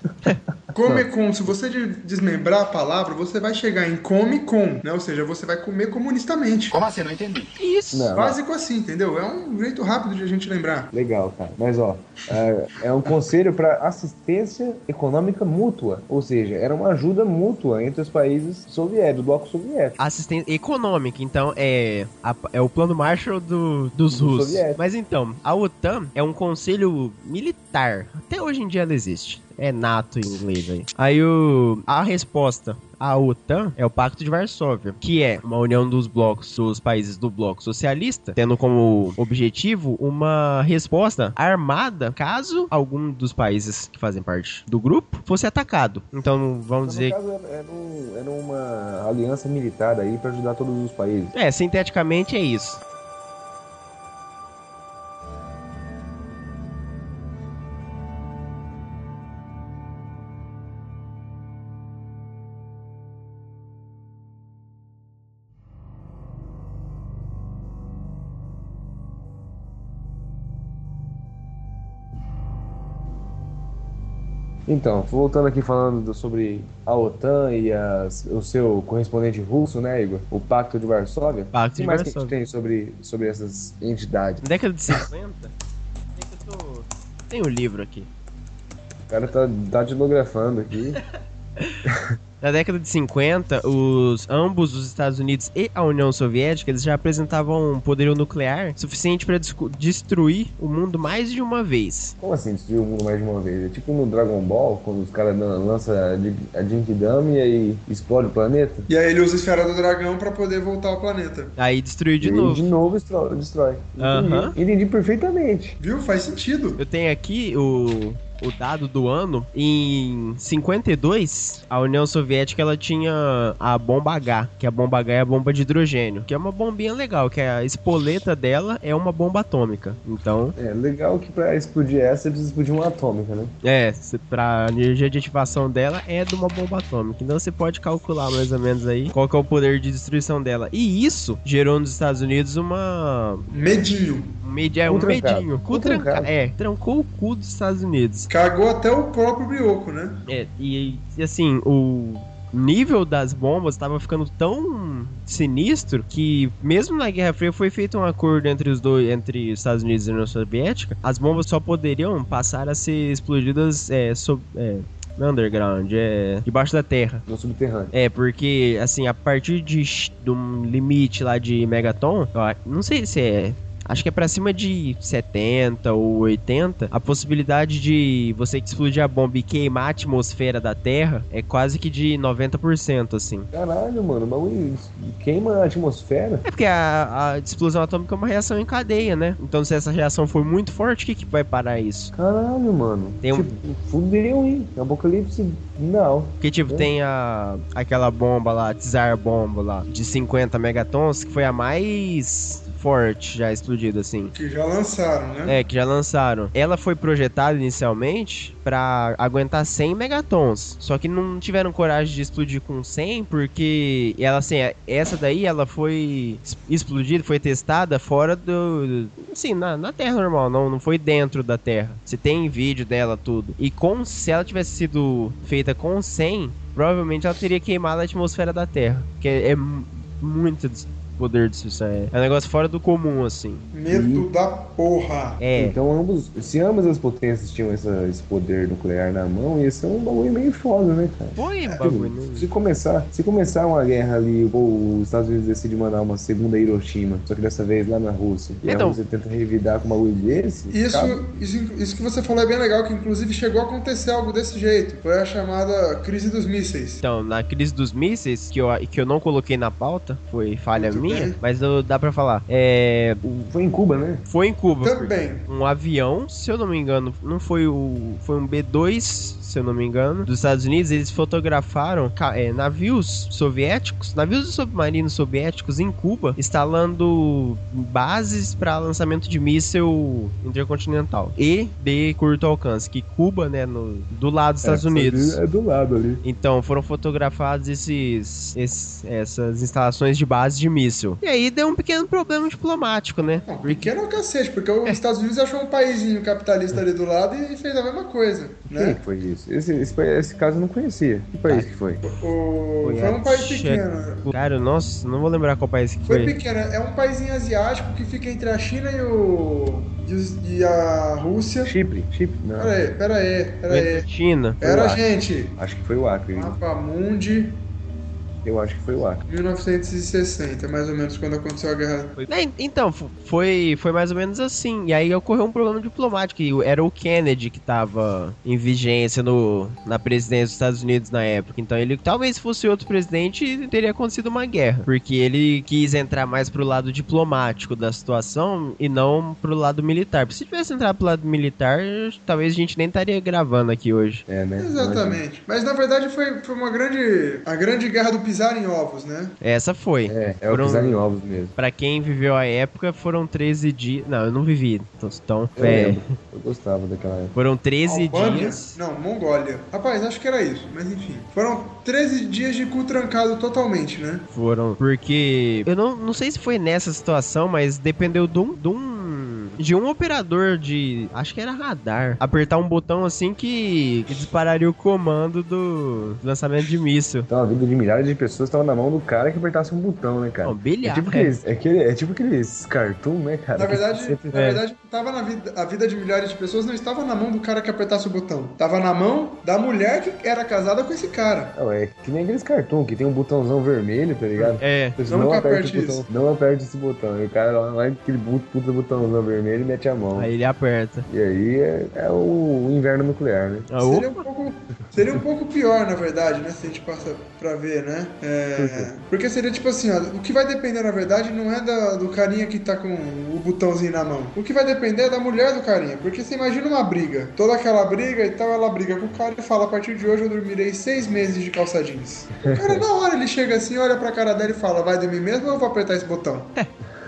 A: Come com, se você de- desmembrar a palavra, você vai chegar em come com, né? Ou seja, você vai comer comunistamente.
G: Como assim? Não entendi.
B: isso.
C: Não, não.
A: Básico assim, entendeu? É um jeito rápido de a gente lembrar.
C: Legal, cara. Mas ó, é- é um conselho para assistência econômica mútua, ou seja, era uma ajuda mútua entre os países soviéticos, do bloco soviético.
B: Assistência econômica, então é, a- é o plano Marshall do- dos
C: Do
B: russos.
C: soviético.
B: Mas então, a OTAN é um conselho militar. Até hoje em dia ela existe. É nato em inglês aí. Aí o, a resposta à OTAN é o Pacto de Varsóvia, que é uma união dos blocos, dos países do bloco socialista, tendo como objetivo uma resposta armada caso algum dos países que fazem parte do grupo fosse atacado. Então, vamos
C: Então, no
B: dizer
C: caso, era, era um- era uma aliança militar aí para ajudar todos os países.
B: É, sinteticamente é isso.
C: Então, voltando aqui falando do- sobre a OTAN e as- o seu correspondente russo, né, Igor? O Pacto de Varsóvia. O
B: Pacto
C: que
B: de
C: mais que a gente
B: Varsóvia.
C: tem sobre, sobre essas entidades?
B: Na década de 50? Tem que eu tô... Tem um livro aqui.
C: O cara tá, tá datilografando aqui.
B: Na década de 50, os ambos os Estados Unidos e a União Soviética, eles já apresentavam um poderio nuclear suficiente para destruir o mundo mais de uma vez.
C: Como assim destruir o mundo mais de uma vez? É tipo no Dragon Ball, quando os caras lan- lançam a Jin- a Jinkidama e aí explode o planeta?
A: E aí ele usa a esfera do dragão pra poder voltar ao planeta.
B: Aí destruiu de
C: e
B: novo.
C: de novo estro- destrói. Entendi.
B: Aham.
C: Entendi perfeitamente.
A: Viu? Faz sentido.
B: Eu tenho aqui o o dado do ano, em 52, a União Soviética ela tinha a bomba H, que a bomba H é a bomba de hidrogênio, que é uma bombinha legal, que é a espoleta dela é uma bomba atômica. Então,
C: É, legal que pra explodir essa, eles explodiam uma atômica, né?
B: é, se- pra energia de ativação dela é de uma bomba atômica. Então você pode calcular mais ou menos aí qual que é o poder de destruição dela. E isso gerou nos Estados Unidos uma
A: Medinho.
B: um medi- é,
C: Cu
B: um
C: trancado.
B: medinho, cu
C: Cu trancado.
B: trancado. É, trancou o cu dos Estados Unidos.
A: Cagou até o próprio brioco, né?
B: É, e e, assim, o nível das bombas estava ficando tão sinistro que mesmo na Guerra Fria foi feito um acordo entre os dois, entre os Estados Unidos e a União Soviética, as bombas só poderiam passar a ser explodidas é, sob, é, no underground, é, debaixo da terra.
C: No Um subterrâneo.
B: É, porque, assim, a partir de, x- de um limite lá de megaton, eu a- não sei se é. Acho que é pra cima de 70 ou 80, a possibilidade de você explodir a bomba e queimar a atmosfera da Terra é quase que de 90%, assim.
C: Caralho, mano, o bagulho queima a atmosfera.
B: É porque a, a explosão atômica é uma reação em cadeia, né? Então, se essa reação for muito forte, o que, que vai parar isso?
C: Caralho, mano.
B: Tem um-
C: Tipo, fudeu, hein? Apocalipse, não.
B: Porque, tipo, tem a aquela bomba lá, Tsar bomba lá, de 50 megatons, que foi a mais forte já explodida, assim.
A: Que já lançaram, né?
B: É, que já lançaram. Ela foi projetada inicialmente pra aguentar 100 megatons. Só que não tiveram coragem de explodir com 100, porque ela, assim, essa daí, ela foi es- explodida, foi testada fora do. Assim, na, na Terra normal, não, não foi dentro da Terra. Você tem vídeo dela, tudo. E com, se ela tivesse sido feita com 100, provavelmente ela teria queimado a atmosfera da Terra. Que é, é mu- muito des- poder disso, isso é. É um negócio fora do comum, assim.
A: Medo da porra.
B: É.
C: Então, ambos, se ambas as potências tinham essa- esse poder nuclear na mão, ia ser um bagulho meio foda, né, cara?
B: Foi um bagulho, né?
C: Tipo, Se começar, se começar uma guerra ali, ou os Estados Unidos decide mandar uma segunda Hiroshima, só que dessa vez lá na Rússia, e
B: Então-
C: a Rússia tenta revidar com um bagulho desse,
A: Isso,
C: cara,
A: isso, isso que você falou é bem legal, que inclusive chegou a acontecer algo desse jeito. Foi a chamada crise dos mísseis.
B: Então, na crise dos mísseis, que eu, que eu não coloquei na pauta, foi falha
A: Muito
B: minha,
A: bem.
B: mas eu- dá pra falar. É,
C: foi em Cuba, né?
B: foi em Cuba.
A: Também.
B: Um avião, se eu não me engano, não foi o. Foi um B2, se eu não me engano, dos Estados Unidos. Eles fotografaram ca- é, navios soviéticos, navios e submarinos soviéticos em Cuba, instalando bases para lançamento de míssil intercontinental e de curto alcance, que Cuba, né, no- do lado dos Estados
C: É,
B: Unidos.
C: É do lado ali.
B: Então, foram fotografados esses, esses- essas instalações de base de míssil. E aí deu um pequeno problema diplomático, né?
A: Não,
B: Porque-
A: pequeno é o cacete, porque os Estados Unidos achou um paísinho capitalista ali do lado e fez a mesma coisa,
C: Quem
A: né?
C: que foi isso? Esse, esse, pa- esse caso eu não conhecia. Que país que foi?
A: O...
B: Foi
A: Foi
B: a
A: um país
B: Tcheco-
A: pequeno.
B: Cara, nossa, não vou lembrar qual país que
A: Foi
B: foi.
A: pequeno, é um paísinho asiático que fica entre a China e o. e os- e a Rússia.
C: Chipre? Chipre? Não.
A: Pera aí, pera aí, pera aí.
B: Foi China.
A: Era a
C: lá.
A: gente.
C: Acho que foi o Acre. hein?
A: Mapa Mundi,
C: Eu acho que foi o Acre.
A: 1960, mais ou menos, quando aconteceu a guerra.
B: Né, Então, fo- foi, foi mais ou menos assim. E aí ocorreu um problema diplomático. E era o Kennedy que tava em vigência no, na presidência dos Estados Unidos na época. Então, ele talvez fosse outro presidente teria acontecido uma guerra. Porque ele quis entrar mais pro lado diplomático da situação e não pro lado militar. Porque se tivesse entrado pro lado militar, talvez a gente nem estaria gravando aqui hoje.
C: É, né?
A: Exatamente. Mas na verdade foi, foi uma grande. a grande guerra do pisar em ovos, né?
B: Essa foi.
C: É, é
B: Foram-
C: o pisar em ovos mesmo.
B: Pra quem viveu a época, foram 13 dias. Não, eu não vivi. Então, então
C: Eu
B: é,
C: lembro. Eu gostava daquela época.
B: Foram 13
A: Albânia?
B: dias.
A: Não, Mongólia. Rapaz, acho que era isso, mas enfim. Foram 13 dias de cu trancado totalmente, né?
B: Foram. Porque. Eu não, não sei se foi nessa situação, mas dependeu de um. De um, de um operador de. Acho que era radar. Apertar um botão assim que, que dispararia o comando do, do lançamento de míssil.
C: Então a vida de milhares de pessoas estava na mão do cara que apertasse um botão, né, cara?
B: Não, bilhar,
C: é, tipo
B: é.
C: aqueles, é, aquele, é tipo aqueles cartoon, né, cara?
A: Na
C: Que
A: verdade,
C: sempre-
A: na verdade tava na vida, a vida de milhares de pessoas não estava na mão do cara que apertasse o botão. Tava na mão da mulher que era casada com esse cara.
C: Não, é que nem aqueles cartoon que tem um botãozão vermelho, tá ligado?
B: É.
C: Vocês
A: Nunca aperte
C: esse botão, não aperte esse botão. E o cara lá, lá aquele bu- puta botãozão vermelho nele e mete a mão.
B: Aí ele aperta.
C: E aí é, é o inverno nuclear, né?
B: Ah,
A: Seria
B: ô,
A: um, pouco, seria um pouco pior, na verdade, né? Se a gente passa pra ver, né? É,
C: Por quê?
A: porque seria tipo assim, ó, o que vai depender, na verdade, não é da- do carinha que tá com o botãozinho na mão. O que vai depender é da mulher do carinha. Porque você imagina uma briga. Toda aquela briga e tal, ela briga com o cara e fala, a partir de hoje eu dormirei seis meses de calça jeans. O cara, na hora, ele chega assim, olha pra cara dela e fala, vai dormir mesmo ou eu vou apertar esse botão?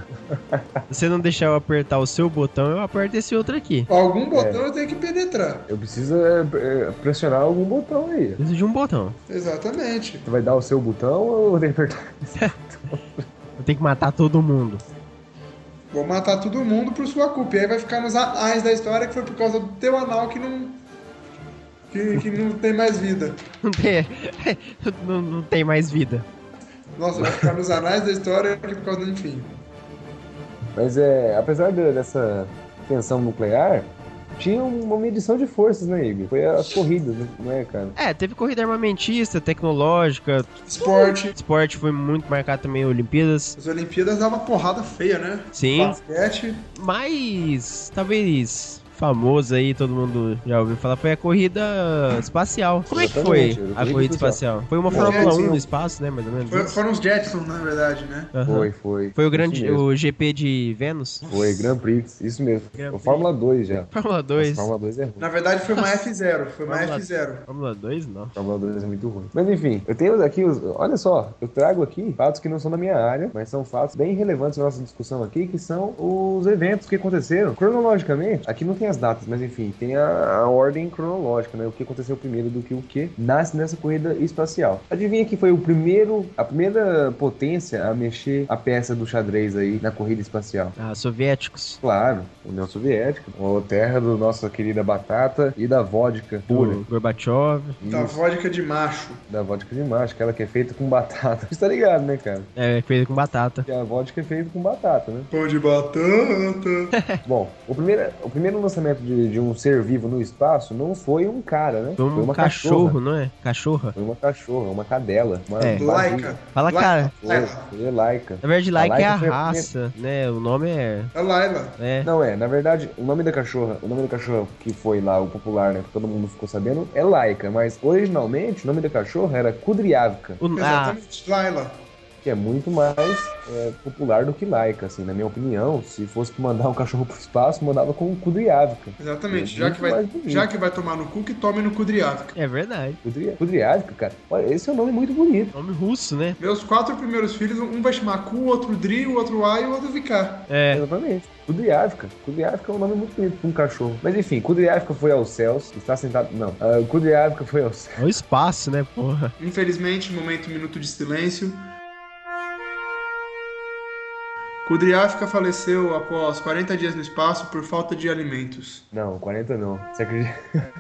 B: se você não deixar eu apertar o seu botão, eu aperto esse outro aqui.
A: Algum
C: É.
A: botão eu tenho que penetrar.
C: Eu preciso é, é, pressionar algum botão aí.
B: Preciso de um botão.
A: Exatamente.
C: Vai dar o seu botão ou eu tenho que apertar?
B: Eu tenho que matar todo mundo.
A: Vou matar todo mundo por sua culpa. E aí vai ficar nos anais da história que foi por causa do teu anal que não. que, que não tem mais vida.
B: Não tem, não, não tem mais vida.
A: Nossa, vai ficar nos anais da história que por causa do enfim.
C: Mas é, apesar de- dessa tensão nuclear, tinha uma medição de forças, né, Igor? Foi as corridas, né? não é, cara?
B: É, teve corrida armamentista, tecnológica,
A: Esporte.
B: esporte foi muito marcado também, Olimpíadas.
A: As Olimpíadas davam porrada feia, né?
B: Sim,
A: Basquete.
B: mais talvez famoso aí, todo mundo já ouviu falar, foi a corrida espacial. Como é que foi
C: Exatamente,
B: a
C: a corrida
B: corrida
C: espacial.
B: espacial? Foi uma
A: Bom,
B: Fórmula
A: gente,
B: 1 no
A: eu-
B: espaço, né, mais ou menos
A: Foi-
B: isso?
A: foram os Jetsons, na verdade, né?
B: Aham.
C: Foi, foi.
B: Foi o
C: Isso
B: grande,
C: mesmo.
B: o GP de Vênus?
C: Foi, Grand Prix, isso mesmo.
B: Grand
C: Foi
B: Prix.
C: Fórmula 2 já.
B: Fórmula
C: Mas
B: 2.
C: Fórmula 2 é ruim.
A: Na verdade foi uma F0. Foi uma
B: Vamos lá.
A: F0.
B: Fórmula 2 não.
C: Fórmula 2 é muito ruim. Mas enfim, eu tenho aqui, os, olha só, eu trago aqui fatos que não são da minha área, mas são fatos bem relevantes na nossa discussão aqui, que são os eventos que aconteceram. Cronologicamente, aqui não tem as datas, mas enfim, tem a, a ordem cronológica, né? O que aconteceu primeiro do que o que nasce nessa corrida espacial. Adivinha que foi o primeiro, a primeira potência a mexer a peça do xadrez aí na corrida espacial?
B: Ah, soviéticos.
C: Claro, União Soviética, a terra do nossa querida batata e da vodka pura.
B: Do
A: Da
B: Gorbachev.
C: Isso.
A: Tá, vodka de macho.
C: Da vodka de macho, aquela que é feita com batata. Você tá ligado, né, cara?
B: É, feita com batata.
C: Que a vodka é feita com batata, né?
A: Pão de batata.
B: É.
C: Bom, o primeiro, o primeiro lançamento de, de um ser vivo no espaço não foi um cara, né?
B: Foi
C: foi
B: um
C: uma
B: cachorro,
C: cachorra.
B: não é? Cachorra.
C: Foi uma cachorra, uma cadela. Uma
B: É.
A: Laica.
B: Fala,
A: Laika.
B: cara.
C: Foi, foi laica.
B: Na verdade, like é
C: Laika
B: a
C: foi a
B: raça, né? O nome é.
A: A Laila.
B: É.
C: Não é, na verdade, o nome da cachorra, o nome da cachorra que foi lá, o popular, né, que todo mundo ficou sabendo, é Laica, mas originalmente o nome da cachorra era Kudriavka,
B: O, ah,
A: Exatamente. Laila.
C: que é muito mais é, popular do que Laika, assim, na minha opinião, se fosse pra mandar um cachorro pro espaço, mandava com Kudriavka.
A: Exatamente.
C: É
A: Já
C: muito
A: que, vai,
C: mais bonito.
A: já que vai tomar no cu, que tome no cu de África.
B: é verdade.
C: Kudri- Kudriavka, cara, olha, esse é um nome muito bonito.
B: Nome russo, né?
A: Meus quatro primeiros filhos, um vai chamar Ku, o outro Dri, o outro A e o outro Vicar.
B: É.
C: Exatamente. Kudriavka. Kudriavka é um nome muito bonito pra um cachorro. Mas enfim, Kudriavka foi aos céus. Está sentado. Não. Ah, Kudriavka foi aos céus.
B: É o espaço, né? Porra.
A: Infelizmente, momento minuto de silêncio. Kudriáfica faleceu após 40 dias no espaço por falta de alimentos.
C: Não, 40 não. Você acredita?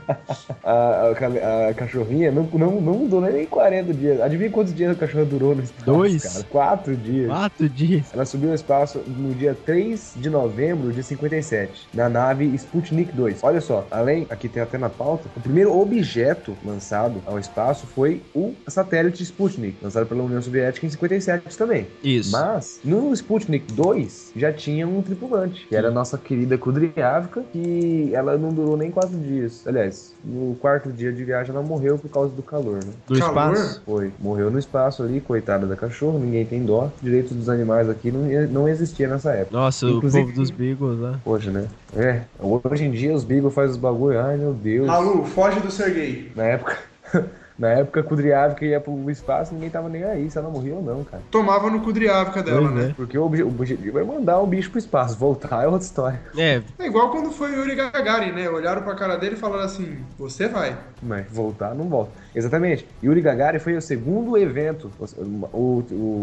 C: a, a ca- a cachorrinha não, não, não mudou nem 40 dias. Adivinha quantos dias a cachorra durou no espaço?
B: Dois.
C: Cara? Quatro dias.
B: Quatro dias.
C: Ela subiu ao espaço no dia 3 de novembro de 57, na nave Sputnik 2. Olha só, além, aqui tem até na pauta, o primeiro objeto lançado ao espaço foi o satélite Sputnik, lançado pela União Soviética em 57 também.
B: Isso.
C: Mas no Sputnik 2 já tinha um tripulante, que era a nossa querida Kudryavka, que ela não durou nem quatro dias. Aliás, no quarto dia de viagem ela morreu por causa do calor, né?
B: Do
A: Calor?
B: espaço.
C: Foi. Morreu no espaço ali, coitada da cachorra, ninguém tem dó. Direitos dos animais aqui não, não existia nessa época.
B: Nossa,
C: Inclusive-
B: o povo dos Beagles lá.
C: Hoje, né? É. Hoje em dia os Beagle fazem os bagulho. Ai, meu Deus.
A: Malu, foge do Sergei.
C: Na época. Na época, Kudriavka ia pro espaço ninguém tava nem aí se ela morria ou não, cara.
A: Tomava no Kudriáfica dela,
B: Pois
A: né?
C: Porque o obje- o objetivo é mandar o bicho pro espaço. Voltar é outra história.
B: É,
A: É igual quando foi o Yuri Gagarin, né? Olharam pra cara dele e falaram assim: Você vai.
C: Mas voltar não volta. Exatamente. Yuri Gagarin foi o segundo evento. O, o-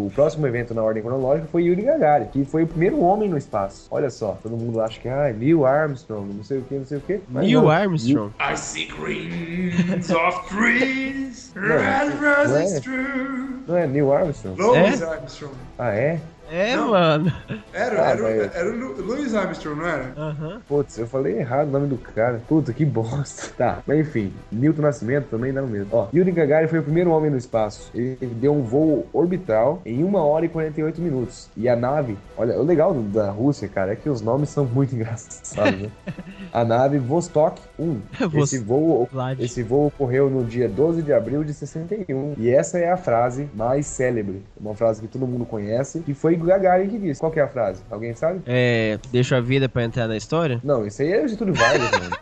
C: o próximo evento na ordem cronológica foi Yuri Gagarin, que foi o primeiro homem no espaço. Olha só, todo mundo acha que ah, Neil Armstrong, não sei o que, não sei o que.
B: Neil Armstrong.
A: I see greens of trees,
C: red roses
A: true.
C: Não é Neil Armstrong?
A: Louis Armstrong.
C: Ah, é?
B: É,
A: Não.
B: mano.
A: Era,
C: Ah,
A: era, o-
C: mas-
A: era o Lu- Louis Armstrong, não era?
B: Aham.
C: Putz, eu falei errado o nome do cara. Puta, que bosta. Tá, mas enfim, Newton Nascimento também dá no mesmo. Ó, Yuri Gagarin foi o primeiro homem no espaço. Ele deu um voo orbital em 1 hora e 48 minutos. E a nave, olha, o legal do- da Rússia, cara, é que os nomes são muito engraçados, né? A nave Vostok 1. Esse
B: Você,
C: voo
B: Vlad.
C: esse voo ocorreu no dia 12 de abril de 61. E essa é a frase mais célebre. Uma frase que todo mundo conhece. E foi Gagarin que disse. Qual que é a frase? Alguém sabe?
B: É, deixa a vida pra entrar na história?
C: Não, isso aí é Getúlio Vargas, mano.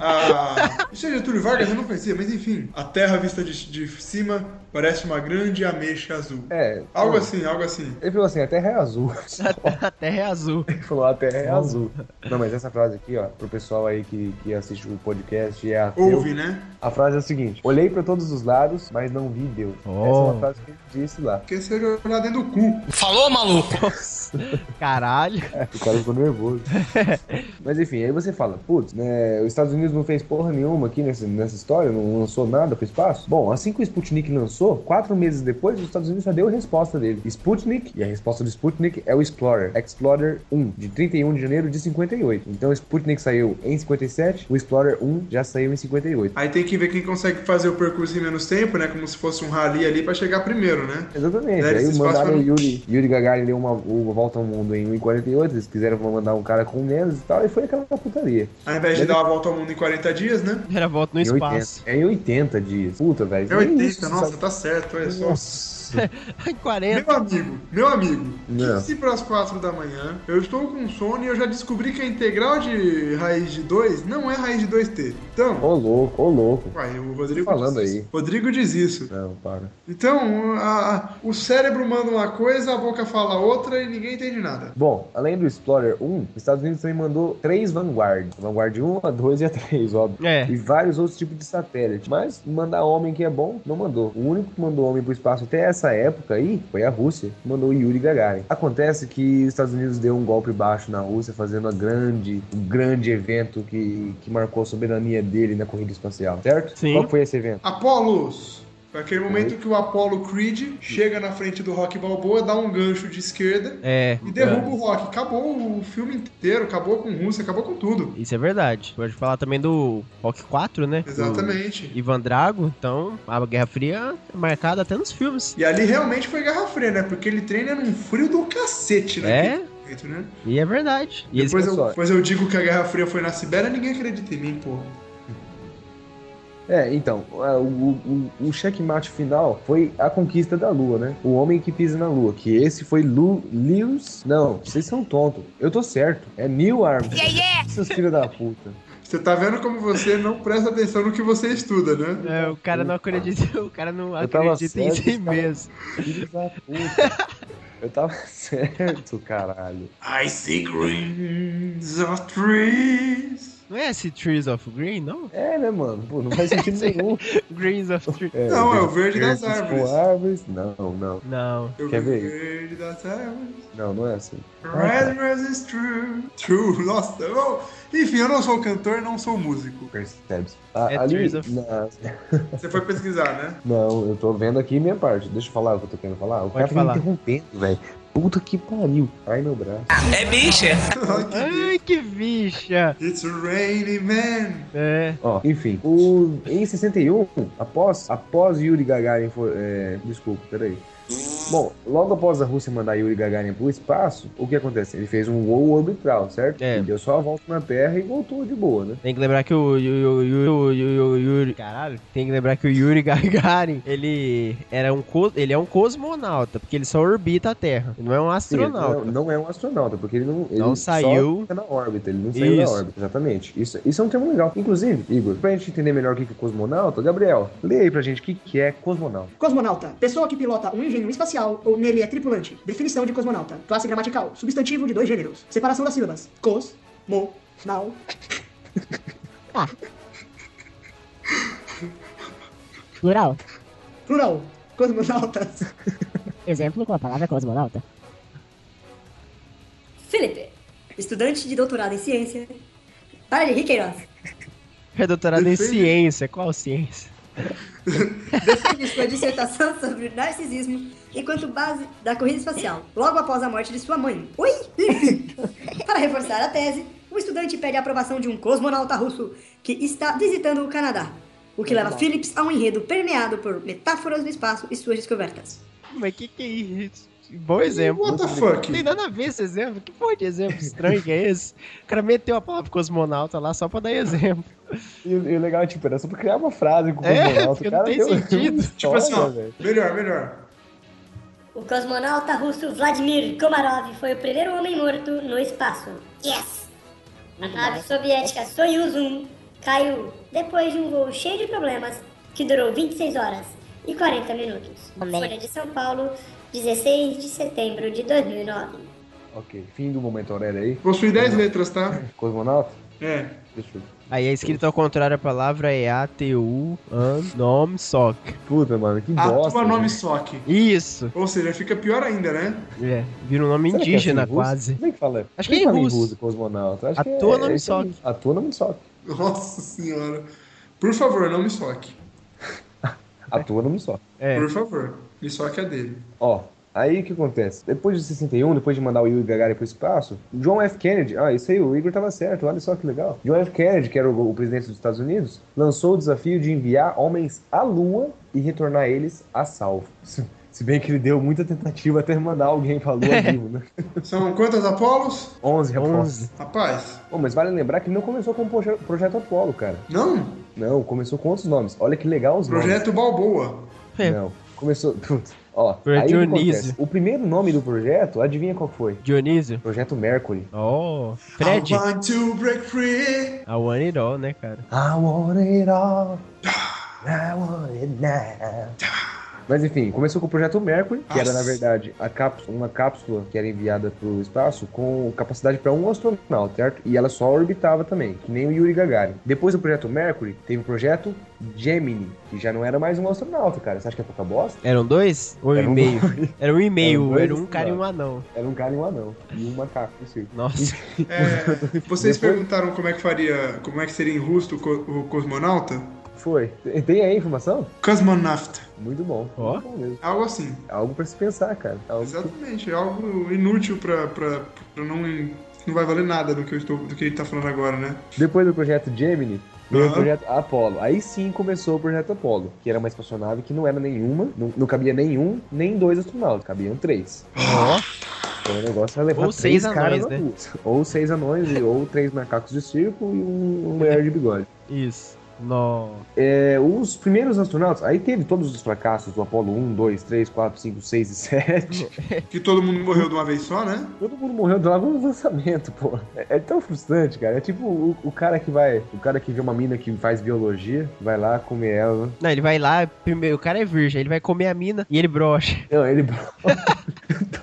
A: A... Isso é Getúlio Vargas, eu não conhecia, mas enfim. A terra vista de, de cima parece uma grande ameixa azul.
C: É.
A: Algo
C: não.
A: assim, algo assim.
C: Ele falou assim, a terra é azul.
B: A terra é azul.
C: Ele falou, a terra é azul. Não, mas essa frase aqui, ó, pro pessoal aí que, que assiste o podcast e é ateu,
A: Ouve, né?
C: a frase é a seguinte, olhei pra todos os lados, mas não vi Deus.
B: Oh.
C: Essa é uma frase que ele disse lá.
A: Porque você jogar dentro do cu.
G: Falou, maluco?
B: Caralho.
C: O cara ficou nervoso. Mas enfim, aí você fala, putz, né, os Estados Unidos não fez porra nenhuma aqui nessa, nessa história, não lançou nada pro espaço. Bom, assim que o Sputnik lançou, quatro meses depois, os Estados Unidos já deu a resposta dele. Sputnik, e a resposta do Sputnik é o Explorer, Explorer 1, de 31 de janeiro de 58. Então o Sputnik saiu em 57, o Explorer 1 já saiu em 58.
A: Aí tem que ver quem consegue fazer o percurso em menos tempo, né? Como se fosse um rally ali pra chegar primeiro, né?
C: Exatamente.
A: Deve
C: Aí
A: ser
C: mandaram o
A: espaço
C: Yuri, Yuri Gagarin deu uma, uma volta ao mundo em 1,48. Eles quiseram mandar um cara com menos e tal. E foi aquela putaria.
A: Ao invés
C: é
A: de dar uma volta ao mundo em 40 dias, né?
B: Primeira volta no
C: Em 80.
B: espaço.
C: É em 80 dias. Puta, velho.
A: É
C: nem
A: 80,
C: isso,
A: nossa,
C: sabe?
A: tá certo, olha só.
C: Nossa.
B: Em 40.
A: Meu amigo, meu amigo,
C: Não.
A: 15 para as 4 da manhã, eu estou com sono e eu já descobri que a integral de raiz de 2 não é raiz de 2t. Então,
C: Ô louco, ô louco.
A: uai, o Rodrigo
C: falando
A: diz
C: aí.
A: isso. Rodrigo diz isso.
C: Não, para.
A: Então, a- a- o cérebro manda uma coisa, a boca fala outra e ninguém entende nada.
C: Bom, além do Explorer 1, os Estados Unidos também mandou três Vanguard. Vanguard 1, a 2 e a 3, óbvio.
B: É.
C: E vários outros tipos de satélite. Mas mandar homem que é bom, não mandou. O único que mandou homem pro espaço até essa época aí foi a Rússia, que mandou o Yuri Gagarin. Acontece que os Estados Unidos deu um golpe baixo na Rússia, fazendo a grande, um grande evento que, que marcou a soberania dele na corrida espacial, certo?
B: Sim.
C: Qual foi esse evento?
A: Apolos! Foi aquele momento
C: Uhum.
A: que o Apollo Creed chega na frente do Rock Balboa, dá um gancho de esquerda
B: É.
A: e derruba o Rock. Acabou o filme inteiro, acabou com o Russo, acabou com
C: Hum.
A: tudo.
B: Isso é verdade. Pode falar também do Rock 4, né?
A: Exatamente.
B: Do Ivan Drago. Então, a Guerra Fria é marcada até nos filmes.
A: E ali realmente foi garra fria, né? Porque ele treina num frio do cacete, né?
B: É,
A: Jeito, né?
B: e é verdade. E eles-
A: Depois, eu,
C: pessoal-
A: depois eu digo que a Guerra Fria foi na Sibéria, ninguém acredita em mim, pô.
C: É, então, a- o, o, o- o checkmate final foi a conquista da Lua, né? O homem que pisa na Lua, que esse foi Lu, Lewis... Não, vocês são tontos. Eu tô certo. É Neil Armstrong. Seus filhos da puta.
A: Você tá vendo como você não presta atenção no que você estuda, né?
B: É, o cara não acredita, o cara não
C: Eu tava
B: acredita em
C: certo,
B: si
C: tava-
B: mesmo.
C: Filhos da puta. Eu tava certo, caralho.
A: I see greens of trees.
B: Não é esse Trees of Green, não?
C: É, né, mano? Pô, não faz sentido nenhum.
B: Greens of Trees.
C: É,
A: Não, é o verde das
C: verdes com
A: árvores.
C: árvores. Não, não.
B: Não.
A: Eu
C: Quer
A: vi
C: ver?
A: verde das árvores.
C: Não, não é assim.
A: Red rose is true. True. Nossa, eu- enfim, eu não sou cantor, não sou músico.
C: Percebes? Ah,
B: É
C: ali,
B: Trees of-
C: na-
A: Você foi pesquisar, né?
C: Não, eu tô vendo aqui minha parte. Deixa eu falar o que eu tô querendo falar. O
B: Pode
C: cara tá me
B: falar.
C: interrompendo, velho. Puta que pariu. Ai, meu braço. Ah.
B: Ai, que bicha!
A: It's rainy man.
B: É.
C: Ó, enfim. O... Em 61, após, após Yuri Gagarin foi... é, Desculpa, peraí. Bom, logo após a Rússia mandar Yuri Gagarin pro espaço, o que acontece? Ele fez um voo orbital, certo?
B: É.
C: Ele deu só a volta na Terra e voltou de boa, né?
B: Tem que lembrar que o Yu- Yu- Yu- Yu- Yu- Yuri, caralho, tem que lembrar que o Yuri Gagarin, ele era um co- ele é um cosmonauta, porque ele só orbita a Terra, ele não é um
C: Sim, ele
B: astronauta.
C: Não, não é um astronauta, porque ele não, ele
B: Não
C: só
B: saiu.
C: fica na órbita, ele não saiu
B: Isso.
C: da órbita. Exatamente. Isso, isso é um termo legal. Inclusive, Igor, pra gente entender melhor o que que é cosmonauta, Gabriel, lê aí pra gente o que, que é cosmonauta.
F: Cosmonauta. Pessoa que pilota um engenho espacial ou nele é tripulante. Definição de cosmonauta. Classe gramatical. Substantivo de dois gêneros. Separação das sílabas. Cos. Mo. Nau.
H: Plural.
F: Plural. Cosmonautas.
H: Exemplo com a palavra cosmonauta.
I: Felipe, estudante de doutorado em ciência. Para de rir, Queiroz.
C: um
B: É doutorado em
A: Defende.
B: ciência, qual ciência?
I: Defende sua dissertação sobre narcisismo enquanto base da corrida espacial, logo após a morte de sua mãe. Oi! Para reforçar a tese, o estudante pede a aprovação de um cosmonauta russo que está visitando o Canadá, o que leva Phillips a um enredo permeado por metáforas do espaço e suas descobertas.
B: Mas que que é isso? Bom exemplo.
A: What the
B: Não tem
A: fuck?
B: nada a ver esse exemplo. Que porra de exemplo estranho que é esse? O cara meteu a palavra cosmonauta lá só pra dar exemplo.
C: E, e o legal é, tipo, era só pra criar uma frase com o
B: É,
C: cosmonauta.
B: porque
C: O cara
B: não tem
C: deu-
B: sentido.
A: Tipo assim, ó,
C: Olha, velho.
A: melhor, melhor.
J: O cosmonauta russo Vladimir Komarov foi o primeiro homem morto no espaço. Yes! A nave soviética Soyuz 1 caiu depois de um voo cheio de problemas que durou 26 horas e 40 minutos. Folha de São Paulo, 16 de setembro de 2009.
C: Ok, fim do momento Aurélia aí.
A: Possui 10 letras, tá?
C: Cosmonauta?
A: É.
C: Deixa eu...
B: Aí é escrito ao contrário a palavra é ATU an nom soc.
C: Puta, mano, que
B: Ah,
C: bosta.
A: Atua nome
C: gente.
A: Soque.
B: Isso.
A: Ou seja, fica pior ainda, né?
B: É, vira um nome
C: Será que é
B: indígena
C: assim em russo?
B: quase.
C: Como é que fala?
B: Acho
C: Como
B: que é em
C: fala
B: russo.
C: cosmonauta. Acho que
B: Atua
C: é-
B: nome
C: é isso aí.
B: soque.
C: Atua nome soque.
A: Nossa senhora. Por favor, não me soque.
C: Atua nome soque.
B: É.
A: Por favor. Me soque a dele.
C: Ó, aí o que acontece? Depois de 61, depois de mandar o Yuri Gagarin pro espaço, John F. Kennedy, ah, isso aí, o Igor tava certo, olha só que legal. John F. Kennedy, que era o, o presidente dos Estados Unidos, lançou o desafio de enviar homens à Lua e retornar eles a salvo. Se bem que ele deu muita tentativa até mandar alguém pra Lua vivo, né?
A: São quantas Apolos?
C: 11, rapaz.
B: 11.
A: Rapaz.
C: Bom, mas vale lembrar que não começou com o proje- Projeto Apolo, cara.
A: Não.
C: Não, começou com outros nomes. Olha que legal os nomes.
A: Projeto Balboa.
B: É.
C: Não, começou... Putz, Ó, aí o que
B: Projeto
C: acontece?
B: Dionísio.
C: O primeiro nome do projeto, adivinha qual foi?
B: Dionísio.
C: Projeto Mercury.
B: Oh, Fred.
A: I want to break free.
B: A One It All, né, cara?
C: I want it all. I want it now. Ah. Mas enfim, começou com o projeto Mercury, que era
A: Nossa.
C: na verdade a cápsula, uma cápsula que era enviada para o espaço com capacidade para um astronauta, certo? E ela só orbitava também, que nem o Yuri Gagarin. Depois do projeto Mercury, teve o projeto Gemini, que já não era mais um astronauta, cara. Você acha que é pouca bosta?
B: Eram dois? Ou
C: Era
B: um
C: um-
B: e meio? Era um e meio,
C: dois
B: era um cara e um
C: estudantes.
B: anão.
C: Era um cara e um anão, e um macaco, no circo.
B: Nossa.
A: É, vocês
C: Depois-
A: perguntaram como é que faria. Como é que seria em russo o co- o cosmonauta?
C: Foi. Tem- Tem aí a informação?
A: Cosmonaut.
C: Muito bom.
B: Ó.
C: Muito bom mesmo.
A: Algo assim.
C: Algo pra se pensar, cara. Algo que-
A: Exatamente, é algo inútil pra, pra, pra não. Não vai valer nada do que, eu estou, do que ele tá falando agora, né?
C: Depois do projeto Gemini, veio
A: Aham.
C: o projeto Apollo. Aí sim começou o projeto Apollo, que era uma espaçonave que não era nenhuma, não, não cabia nenhum, nem dois astronautas, cabiam três.
B: Ó,
C: Então o negócio era levar
B: Ou
C: três
B: seis anões,
C: caras
B: né?
C: na Lua. Ou seis anões, e- ou três macacos de circo e um, um mulher de bigode.
B: isso. No.
C: É, os primeiros astronautas, aí teve todos os fracassos do Apollo 1, 2, 3, 4, 5, 6 e 7.
A: Que todo mundo morreu de uma vez só, né?
C: Todo mundo morreu do lado do lançamento, pô. É, é tão frustrante, cara. É tipo o, o cara que vai. O cara que vê uma mina que faz biologia, vai lá comer ela.
B: Não, ele vai lá, primeiro, o cara é virgem, ele vai comer a mina e ele brocha.
C: Não, ele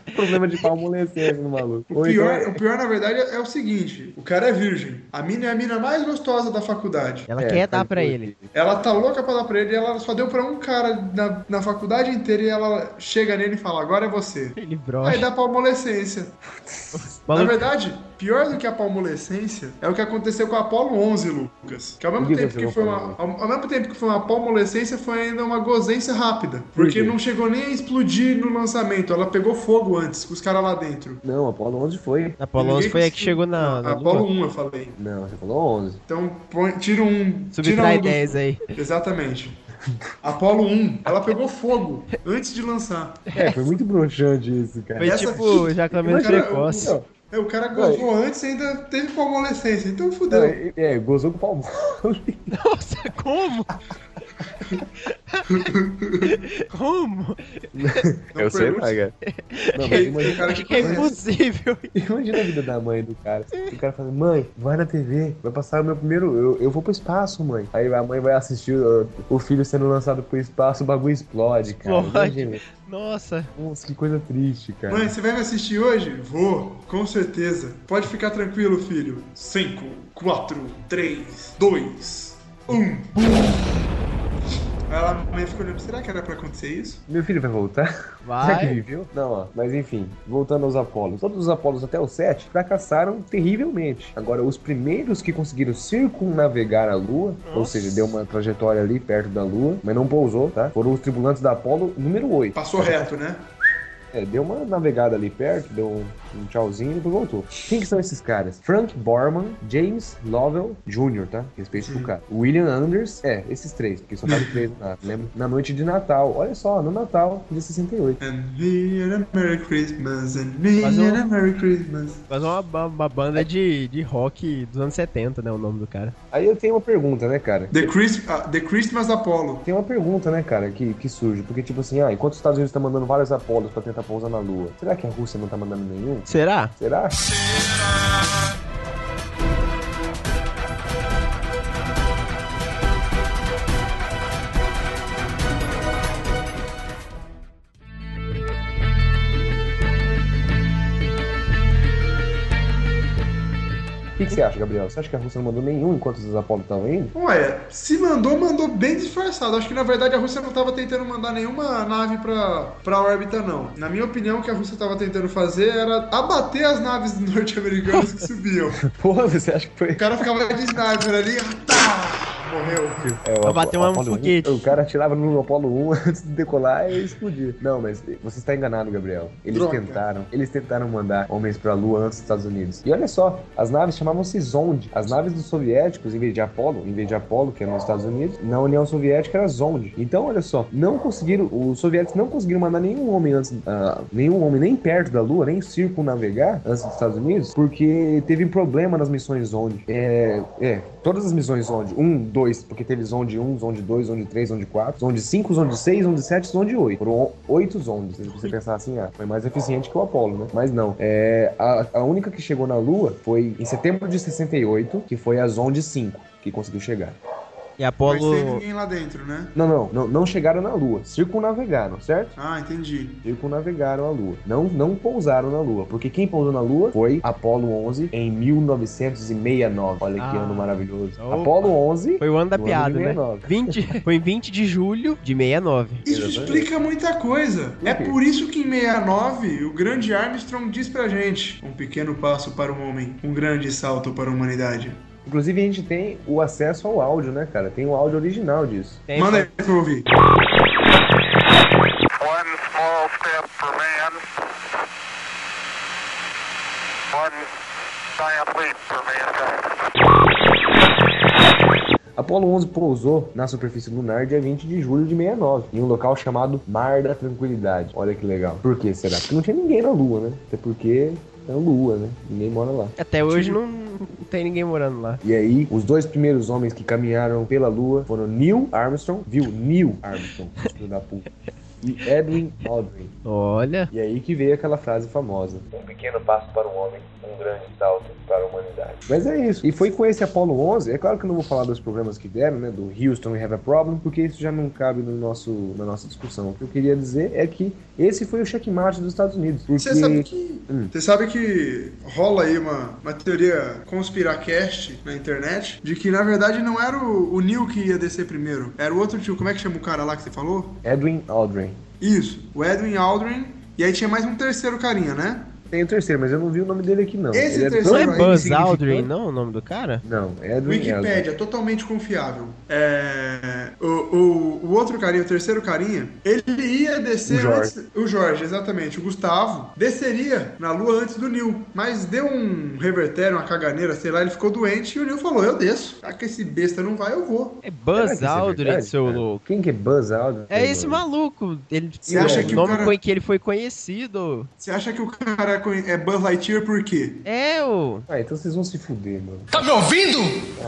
C: Tem problema de palmolescência no maluco.
A: O
C: Ou então
A: pior,
C: é-
A: o pior, na verdade, é o seguinte: o cara é virgem. A mina é a mina mais gostosa da faculdade.
B: Ela
C: é,
B: quer dar
C: faz
B: pra
C: coisa.
B: ele.
A: Ela tá louca pra dar pra ele e ela só deu pra um cara na, na faculdade inteira e ela chega nele e fala: agora é você.
B: Ele
A: Aí
B: brocha.
A: dá palmolescência. Na
B: Maluco,
A: verdade, pior do que a palmolescência é o que aconteceu com a Apolo 11, Lucas. Que ao
C: O
A: mesmo,
C: que
A: tempo
C: você
A: que
C: não
A: foi uma,
C: falou?
A: ao, ao mesmo tempo que foi uma palmolescência, foi ainda uma gozência rápida.
C: Por
A: Porque
C: quê?
A: não chegou nem a explodir no lançamento. Ela pegou fogo antes, com os caras lá dentro.
C: Não, Apolo 11 foi.
B: a Apolo 11 foi a que chegou na. na
A: A Apolo
B: Lua.
A: 1, eu falei.
C: Não, você falou 11.
A: Então, põe- tira um. tira
B: Subtrai
A: um do-
B: 10 aí.
A: Exatamente. Apolo 1, ela pegou fogo antes de lançar.
C: É, foi muito broxante isso, cara.
B: Foi
A: Essa
B: tipo
A: aqui-
B: Jaclamento
A: Cara, eu-
B: Precoce.
C: Não,
A: É, O cara gozou antes e ainda teve palmolescência. Então
C: não,
A: fudeu.
C: é, é, gozou com o palmole.
B: Nossa, como? como?
A: Não pergunte.
C: cara. Não, mas
A: O cara
C: imagina,
A: que
B: É
A: conhece.
B: impossível.
C: imagina a vida da mãe do cara. O cara fala, mãe, vai na TV, vai passar o meu primeiro. Eu, eu vou pro espaço, mãe. Aí a mãe vai assistir o, o filho sendo lançado pro espaço, o bagulho explode, cara.
B: Explode.
C: Imagina.
B: Nossa.
C: Nossa, que coisa triste, cara.
A: Mãe, você vai me assistir hoje? Vou, com certeza. Pode ficar tranquilo, filho. 5, 4, 3, 2, 1. Ela meio ficou olhando, será que era pra acontecer isso?
C: Meu filho vai voltar?
B: Vai.
C: Será que viveu? Não, ó. Mas enfim, voltando aos Apolos. Todos os Apolos até o 7 fracassaram terrivelmente. Agora, os primeiros que conseguiram circunnavegar a Lua, ou seja, deu uma trajetória ali perto da Lua, mas não pousou, tá? Foram os tripulantes da Apolo número 8.
A: Passou reto, né?
C: É, deu uma navegada ali perto, deu um, um tchauzinho e depois voltou. Quem que são esses caras? Frank Borman, James Lovell Jr., tá? Respeito pro cara. William Anders, é, esses três, porque são mais três na, lembra? na noite de Natal. Olha só, no Natal de 68.
A: And me and a Merry Christmas, and me
B: Mas eu-
A: and a Merry Christmas.
B: Mas é uma, ba- uma banda de, de rock dos anos 70, né? O nome do cara.
C: Aí eu tenho uma pergunta, né, cara?
A: The, Christ, ah, The Christmas Apollo.
C: Tem uma pergunta, né, cara, que, que surge. Porque, tipo assim, ah, enquanto os Estados Unidos estão mandando vários Apolos pra tentar pousar na Lua, será que a Rússia não tá mandando nenhum?
B: Será?
C: Será? O que, que você acha, Gabriel? Você acha que a Rússia não mandou nenhum enquanto os Apolo estão indo?
A: Ué, se mandou, mandou bem disfarçado. Acho que na verdade a Rússia não tava tentando mandar nenhuma nave pra, pra órbita, não. Na minha opinião, o que a Rússia tava tentando fazer era abater as naves norte-americanas que subiam.
C: Porra, você acha que foi.
A: O cara ficava de sniper ali, tá, morreu.
C: É, o
B: Pra
C: Apo-
B: bater uma- um
C: Apollo
B: foguete.
C: 1, O cara atirava no Apollo 1 antes de decolar e explodir. Não, mas você está enganado, Gabriel. Eles
A: Droga.
C: tentaram, eles tentaram mandar homens para a Lua antes dos Estados Unidos. E olha só, as naves chamavam-se Zond. As naves dos soviéticos, em vez de Apollo, em vez de Apollo, que era nos Estados Unidos, na União Soviética era Zond. Então, olha só, não conseguiram, os soviéticos não conseguiram mandar nenhum homem antes, ah, nenhum homem nem perto da Lua, nem circunnavegar antes dos Estados Unidos, porque teve problema nas missões Zond. É, é, todas as missões Zond, 1, 2, porque teve Zond 1, Zond 2, Zond 3, Zond 4, Zond 5, Zond 6, Zond 7, Zond 8. Foram 8 Zonds. Se você pensar assim, ah, foi mais eficiente que o Apollo, né? Mas não. É, a, a única que chegou na Lua foi em setembro de 68, que foi a Zond 5, que conseguiu chegar.
B: E
A: Mas sem
B: Apolo.
A: ninguém lá dentro, né?
C: Não, não, não, não chegaram na Lua, circunnavegaram, certo?
A: Ah, entendi.
C: circunnavegaram a Lua. Não, não pousaram na Lua, porque quem pousou na Lua foi Apolo 11 em 1969. Olha que
B: Ah.
C: ano maravilhoso.
B: Opa.
C: Apolo 11
B: Foi o ano da
C: no ano de
B: piada, né?
C: 69.
B: 20, foi em 20 de julho de 69.
A: Isso explica muita coisa. É
C: quê?
A: por isso que em 69 o grande Armstrong diz pra gente: um pequeno passo para o homem, um grande salto para a humanidade.
C: Inclusive a gente tem o acesso ao áudio, né, cara? Tem o áudio original disso.
B: Tem-
A: Manda aí pra eu ouvir.
K: One small step for man, one giant leap for mankind.
C: Apolo 11 pousou na superfície lunar dia 20 de julho de 69, em um local chamado Mar da Tranquilidade. Olha que legal. Por que será? Porque não tinha ninguém na Lua, né? Até porque é Lua, né? Ninguém mora lá.
B: Até hoje não, não tem ninguém morando lá.
C: E aí, os dois primeiros homens que caminharam pela Lua foram Neil Armstrong, viu? Neil Armstrong, filho da puta. E Edwin Aldrin.
B: Olha.
C: E aí que veio aquela frase famosa: Um pequeno passo para o homem, um grande salto para a humanidade. Mas é isso. E foi com esse Apollo 11. É claro que eu não vou falar dos problemas que deram, né? Do Houston we have a problem, porque isso já não cabe no nosso, na nossa discussão. O que eu queria dizer é que esse foi o checkmate dos Estados Unidos. Porque...
A: Você sabe que.
C: Hum.
A: Você sabe que rola aí uma, uma teoria conspiracast na internet de que na verdade não era o, o Neil que ia descer primeiro, era o outro tio. Como é que chama o cara lá que você falou?
C: Edwin Aldrin.
A: Isso, o Edwin Aldrin. E aí tinha mais um terceiro carinha, né?
C: Tem o terceiro, mas eu não vi o nome dele aqui, não.
A: Esse
C: Ele é
A: terceiro
B: Não é
A: Sabe
B: Buzz
A: significado?
B: Aldrin, não, o nome do cara?
C: Não, é Edwin Aldrin.
A: Wikipédia, totalmente confiável. É, o, o, o outro carinha, o terceiro carinha, ele ia descer
C: O Jorge.
A: antes. O Jorge, exatamente. O Gustavo desceria na lua antes do Nil. Mas deu um revertério, uma caganeira, sei lá, ele ficou doente e o Nil falou: Eu desço. Já que esse besta não vai, eu vou.
B: É
C: Será que
B: Buzz
C: isso é
B: Aldrin,
C: verdade,
B: seu
C: cara?
B: louco.
C: Quem que é Buzz Aldrin?
B: É esse maluco. Ele,
A: Você
B: o
A: acha que o
B: nome
A: cara-
B: com que ele foi conhecido.
A: Você acha que o cara conhe- é Buzz Lightyear por quê?
B: É o.
C: Ah, então vocês vão se fuder, mano.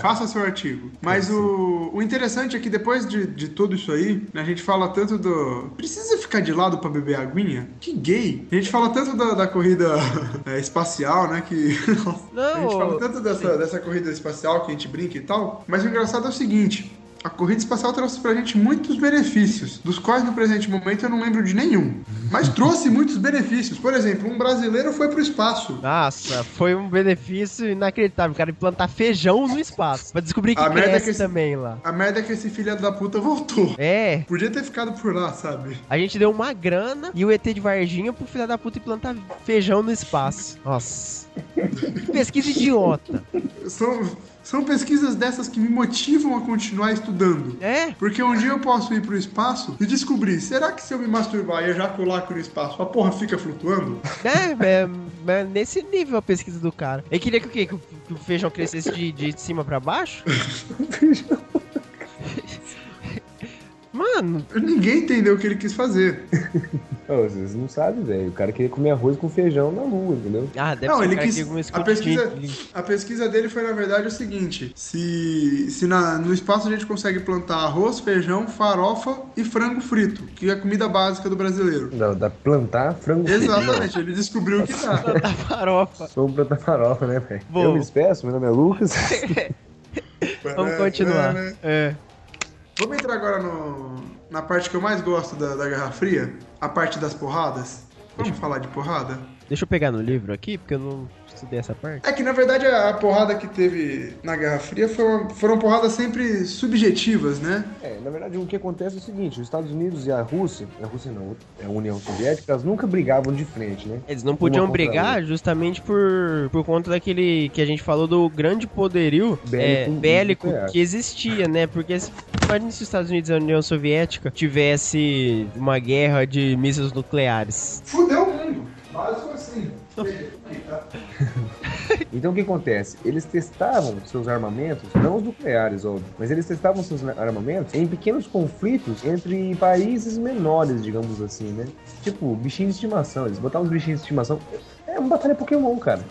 A: Faça seu artigo. Mas o, o interessante é que depois de, de tudo isso aí, né, a gente fala tanto do. Precisa ficar de lado pra beber aguinha? Que gay! A gente fala tanto da, da corrida é, espacial, né? Que.
B: Não,
A: a gente fala tanto dessa, dessa corrida espacial que a gente brinca e tal. Mas o engraçado é o seguinte. A corrida espacial trouxe pra gente muitos benefícios, dos quais no presente momento eu não lembro de nenhum. Mas trouxe muitos benefícios. Por exemplo, um brasileiro foi pro espaço.
B: Nossa, foi um benefício inacreditável. Cara, implantar feijão no espaço. Pra descobrir que
A: A merda é
B: cresce
A: que esse-
B: também lá.
A: A merda é que esse filho da puta voltou.
B: É.
A: Podia ter ficado por lá, sabe?
B: A gente deu uma grana e o ET de Varginha pro filho da puta implantar feijão no espaço. Nossa. Que Pesquisa idiota.
A: São, são pesquisas dessas que me motivam a continuar estudando.
B: É?
A: Porque um dia eu posso ir pro espaço e descobrir, será que se eu me masturbar e ejacular aqui no espaço, a porra fica flutuando?
B: É, é, é nesse nível a pesquisa do cara. Ele queria que o quê? Que o, que o feijão crescesse de, de cima pra baixo? Mano,
A: Ninguém entendeu o que ele quis fazer.
C: Ô, vocês não sabem, velho. O cara queria comer arroz com feijão na lua, entendeu?
B: ah, deve
A: Não,
B: ser
A: ele
B: um cara
A: quis-
B: que alguma
A: a pesquisa- A pesquisa dele foi, na verdade, o seguinte: se, se na- no espaço a gente consegue plantar arroz, feijão, farofa e frango frito, que é a comida básica do brasileiro.
C: Da, da plantar frango frito,
A: Exatamente, ele descobriu que dá.
B: da farofa.
C: não. Sobre plantar farofa, né, velho?
B: Bom.
C: Eu me despeço, meu nome é Lucas.
B: Vamos continuar.
A: né?
B: É.
A: Vamos entrar agora no- na parte que eu mais gosto da, da Guerra Fria, a parte das porradas. Vamos falar de porrada?
B: Deixa eu pegar no livro aqui, porque eu não estudei essa parte.
A: É que na verdade a a porrada que teve na Guerra Fria foi uma- foram porradas sempre subjetivas, né?
C: É, na verdade, o que acontece é o seguinte: os Estados Unidos e a Rússia, a Rússia não, é a União Soviética, elas nunca brigavam de frente, né?
B: Eles não
C: Uma
B: podiam
C: contra a
B: brigar justamente por, por conta daquele que a gente falou do grande poderio é,
C: Bélico
B: bélico
C: nuclear.
B: que existia, né? Porque se, imagina se os Estados Unidos e a União Soviética tivesse uma guerra de mísseis nucleares.
A: Fudeu o mundo. Básico assim.
C: Então o que acontece? Eles testavam seus armamentos, não os nucleares, óbvio, mas eles testavam seus armamentos em pequenos conflitos entre países menores, digamos assim, né? Tipo, bichinhos de estimação. Eles botavam os bichinhos de estimação. É uma batalha Pokémon, cara.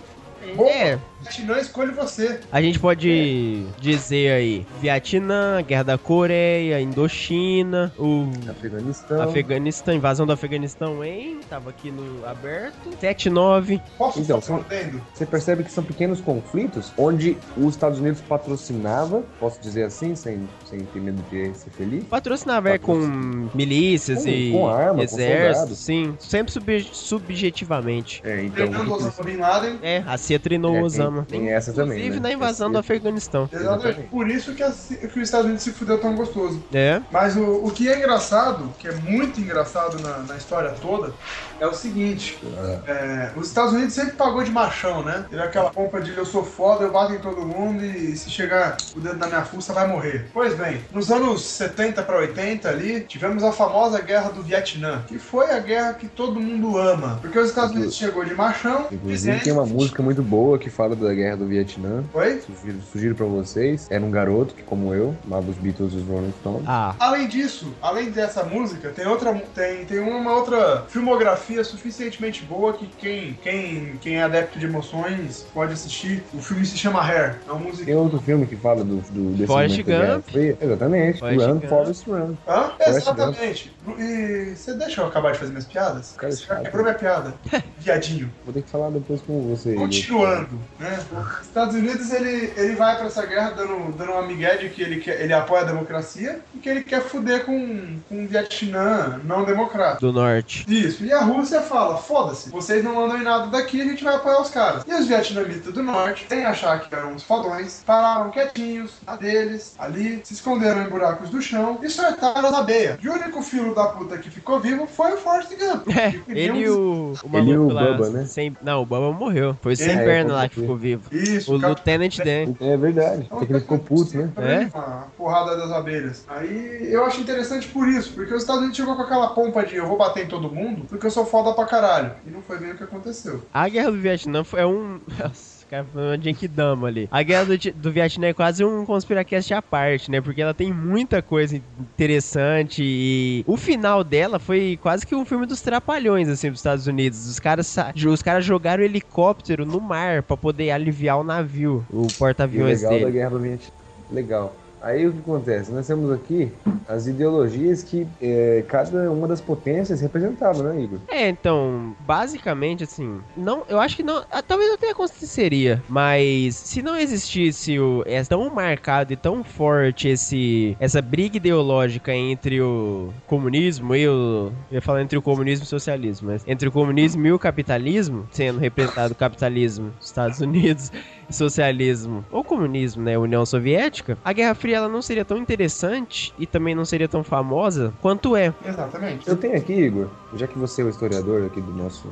B: É,
A: Vietnã escolhe você.
B: a gente pode dizer aí Vietnã, Guerra da Coreia, Indochina, o
C: Afeganistão.
B: Afeganistão, invasão do Afeganistão, hein? Tava aqui no aberto. 7-9.
A: Posso
C: Então,
A: estar
C: são-
A: perdendo?
C: Você percebe que são pequenos conflitos onde os Estados Unidos patrocinava, posso dizer assim, sem, sem ter medo de ser feliz,
B: Patrocinava é, com
C: Patrocínio.
B: milícias
C: Com-
B: e
C: com arma, com
B: exército,
C: soldado.
B: sim. Sempre sub- subjetivamente.
C: É, então.
A: Fernando Osama Bin Laden.
B: É, a CIA treinou
C: É,
B: o
C: tem-
B: Osama.
C: tem essa também,
B: Inclusive
C: né?
B: na invasão
C: Essa-
B: do Afeganistão.
A: Exatamente. Por isso que, as- que os Estados Unidos se fudeu tão gostoso.
B: É.
A: Mas o, o que é engraçado, que é muito engraçado na, na história toda, é o seguinte: é, os Estados Unidos sempre pagou de machão, né? Teve aquela pompa de eu sou foda, eu bato em todo mundo e se chegar o dedo na minha fuça vai morrer. Pois bem, nos anos 70 para 80 ali, tivemos a famosa guerra do Vietnã, que foi a guerra que todo mundo ama. Porque os Estados Unidos chegou de machão,
C: Inclusive
A: dizendo-
C: tem uma música muito boa que fala da guerra do Vietnã.
A: Oi?
C: Sugiro, sugiro pra vocês. Era um garoto que, como eu, amava os Beatles e os Rolling Stones.
B: Ah,
A: Além disso, além dessa música, tem outra tem, tem uma outra filmografia suficientemente boa que quem, quem, quem é adepto de emoções pode assistir. O filme se chama Hair. É uma música.
C: Tem outro filme que fala do, do desse
B: Forrest
C: momento da Guerra
B: Gump.
C: Fria. Exatamente.
B: Forrest
C: run,
B: Gump.
C: Forrest Run.
A: Hã?
C: Forrest
A: Exatamente. E você deixa eu acabar de fazer minhas piadas?
C: Cara,
A: Você já
C: chato.
A: quebrou minha piada. Viadinho.
C: Vou ter que falar depois com vocês.
A: Continuando, né? Os Estados Unidos ele, ele vai pra essa guerra dando, dando uma migué de que ele, quer, ele apoia a democracia e que ele quer fuder com, com o Vietnã não democrático.
B: do norte.
A: Isso, e a Rússia fala: foda-se, vocês não mandam em nada daqui, a gente vai apoiar os caras. E os vietnamitas do norte, sem achar que eram uns fodões, pararam quietinhos, na deles, ali, se esconderam em buracos do chão e soltaram as abeias. E o único filho da puta que ficou vivo foi o Forrest Gump.
B: É,
A: que queria
B: ele e
A: um-
B: o, o
C: Ele e o
B: maluco lá,
C: Bubba, né?
B: Sem, não, o Baba morreu. Foi sem
C: É,
B: perna lá
C: pode
B: que
C: ser.
B: ficou vivo.
A: Isso,
B: O
A: cara.
B: Lieutenant Dan.
C: É verdade.
A: Então,
C: Até que ele ficou puto, né?
A: também
B: É?
A: uma porrada das abelhas. Aí eu acho interessante por isso, porque os Estados Unidos chegou com aquela pompa de eu vou bater em todo mundo, porque eu sou foda pra caralho. E não foi bem o que aconteceu.
B: A guerra do Vietnã foi um. Nossa, o cara foi uma Genkidama ali. A guerra do, Ti- do Vietnã é quase um conspiracast à parte, né? Porque ela tem muita coisa interessante e o final dela foi quase que um filme dos trapalhões, assim, dos Estados Unidos. Os caras, sa- os caras jogaram helicóptero no mar pra poder aliviar o navio, o
C: E o
B: porta-aviões
C: legal da
B: dele.
C: guerra do Vietnã. Legal. Aí o que acontece? Nós temos aqui as ideologias que é, cada uma das potências representava, né, Igor?
B: É, então, basicamente, assim, não, eu acho que não, ah, talvez até aconteceria, mas se não existisse o, é tão marcado e tão forte esse, essa briga ideológica entre o comunismo e o, eu ia falar entre o comunismo e o socialismo, mas entre o comunismo e o capitalismo, sendo representado o capitalismo dos Estados Unidos e socialismo ou comunismo, né, União Soviética, a Guerra Fria ela não seria tão interessante e também não seria tão famosa quanto é.
A: Exatamente.
C: Eu tenho aqui, Igor, já que você é o historiador aqui do nosso.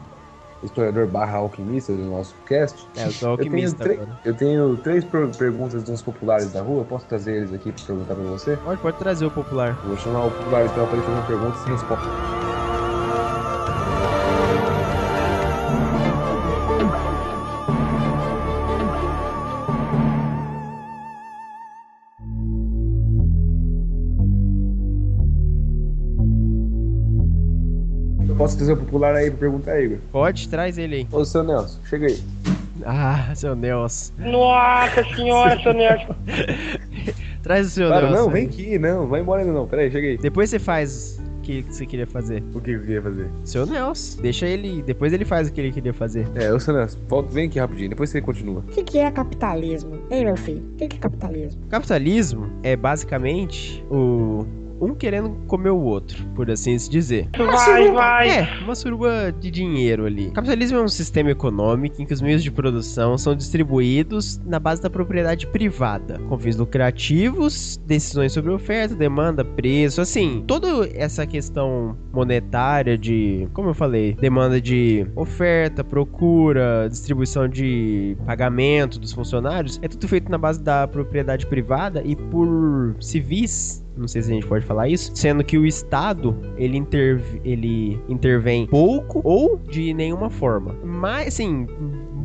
C: Historiador barra alquimista do nosso cast.
B: É, eu sou alquimista
C: Eu tenho, tre-
B: agora.
C: eu tenho três per- perguntas dos populares da rua. Posso trazer eles aqui pra perguntar pra você?
B: Pode, pode trazer o popular.
C: Vou chamar o popular então pra ele fazer uma pergunta e se responde. Eu Posso trazer o popular aí pra perguntar, Igor?
B: Pode, traz ele aí.
C: Ô, seu Nelson, chega aí.
B: Ah, seu Nelson.
L: Nossa senhora, seu Nelson.
B: Traz o seu
C: Para,
B: Nelson.
C: não, vem
B: aí.
C: aqui, não, vai embora ainda não. Pera aí, chega aí.
B: Depois você faz o que você queria fazer.
C: O que eu queria fazer?
B: Seu Nelson. Deixa ele. Depois ele faz o que ele queria fazer.
C: É, ô, seu Nelson, volta, vem aqui rapidinho, depois você continua.
L: O que, que é capitalismo? Ei, meu filho, o que, que é capitalismo?
B: Capitalismo é basicamente o. Um querendo comer o outro, por assim se dizer.
L: Vai, vai.
B: É, uma suruba de dinheiro ali. Capitalismo é um sistema econômico em que os meios de produção são distribuídos na base da propriedade privada, com fins lucrativos, decisões sobre oferta, demanda, preço, assim, toda essa questão monetária de, como eu falei, demanda de oferta, procura, distribuição de pagamento dos funcionários, é tudo feito na base da propriedade privada e por civis não sei se a gente pode falar isso, sendo que o Estado ele, interv- ele intervém pouco ou de nenhuma forma. Mas, assim,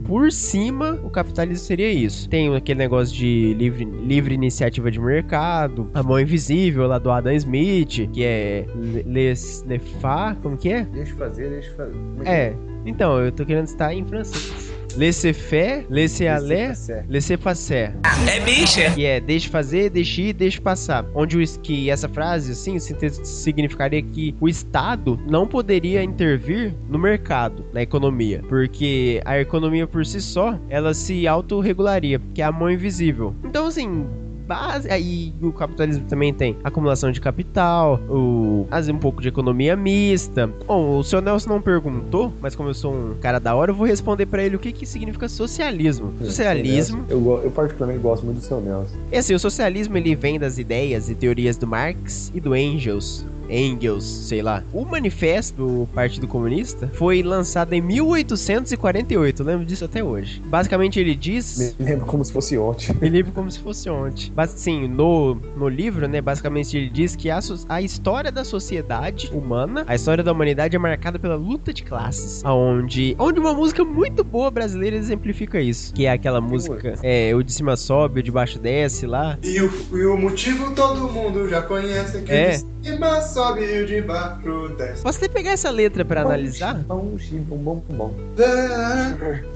B: por cima, o capitalismo seria isso. Tem aquele negócio de livre, livre iniciativa de mercado, a mão invisível lá do Adam Smith, que é le- les, lefar, como que é?
C: Deixa eu fazer, deixa eu fazer. Como
B: É, então, eu tô querendo estar em francês. Laissez-faire, laissez-aller,
C: Laissez-passer.
B: laissez-passer.
L: É bicha.
B: Que é deixe fazer, deixe ir, deixe passar. Onde o, que essa frase, assim, sinte- significaria que o Estado não poderia intervir no mercado, na economia. Porque a economia por si só, ela se autorregularia, que é a mão invisível. Então, assim. Base, aí o capitalismo também tem acumulação de capital, o, às vezes um pouco de economia mista. Bom, o seu Nelson não perguntou, mas como eu sou um cara da hora, eu vou responder pra ele o que, que significa socialismo.
C: É,
B: Socialismo
C: seu Nelson. Eu, go- eu particularmente gosto muito do seu Nelson.
B: e assim, o socialismo ele vem das ideias e teorias do Marx e do Engels. Engels, sei lá. O manifesto do Partido Comunista foi lançado em 1848, eu lembro disso até hoje. Basicamente ele diz,
C: Me lembro como se fosse ontem.
B: me livro como se fosse ontem. Mas assim, no, no livro, né, basicamente ele diz que a, so- a história da sociedade humana, a história da humanidade é marcada pela luta de classes, aonde, onde uma música muito boa brasileira exemplifica isso, que é aquela música, é, o de cima sobe, o de baixo desce lá,
A: E o, e o motivo todo mundo já conhece que
B: É.
A: o de cima sobe e o de baixo desce.
B: Posso até pegar essa letra pra analisar?
C: Bom, xim, um bom, bom, bom.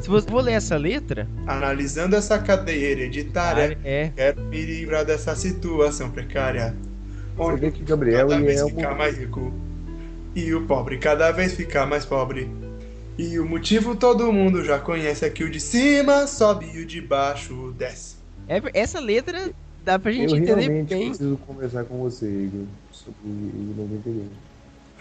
B: Se você for ler essa letra,
A: Analisando essa cadeia hereditária,
B: é.
A: quero me livrar dessa situação precária.
C: Você
A: Onde
C: vê que o Gabriel
A: cada
C: ele
A: vez
C: é
A: ficar
C: um...
A: mais rico. E o pobre cada vez ficar mais pobre. E o motivo todo mundo já conhece é que o de cima sobe e o de baixo desce.
B: É- essa letra dá pra gente
C: Eu
B: entender
C: realmente
B: bem.
C: preciso conversar com você, Igor, sobre o 91.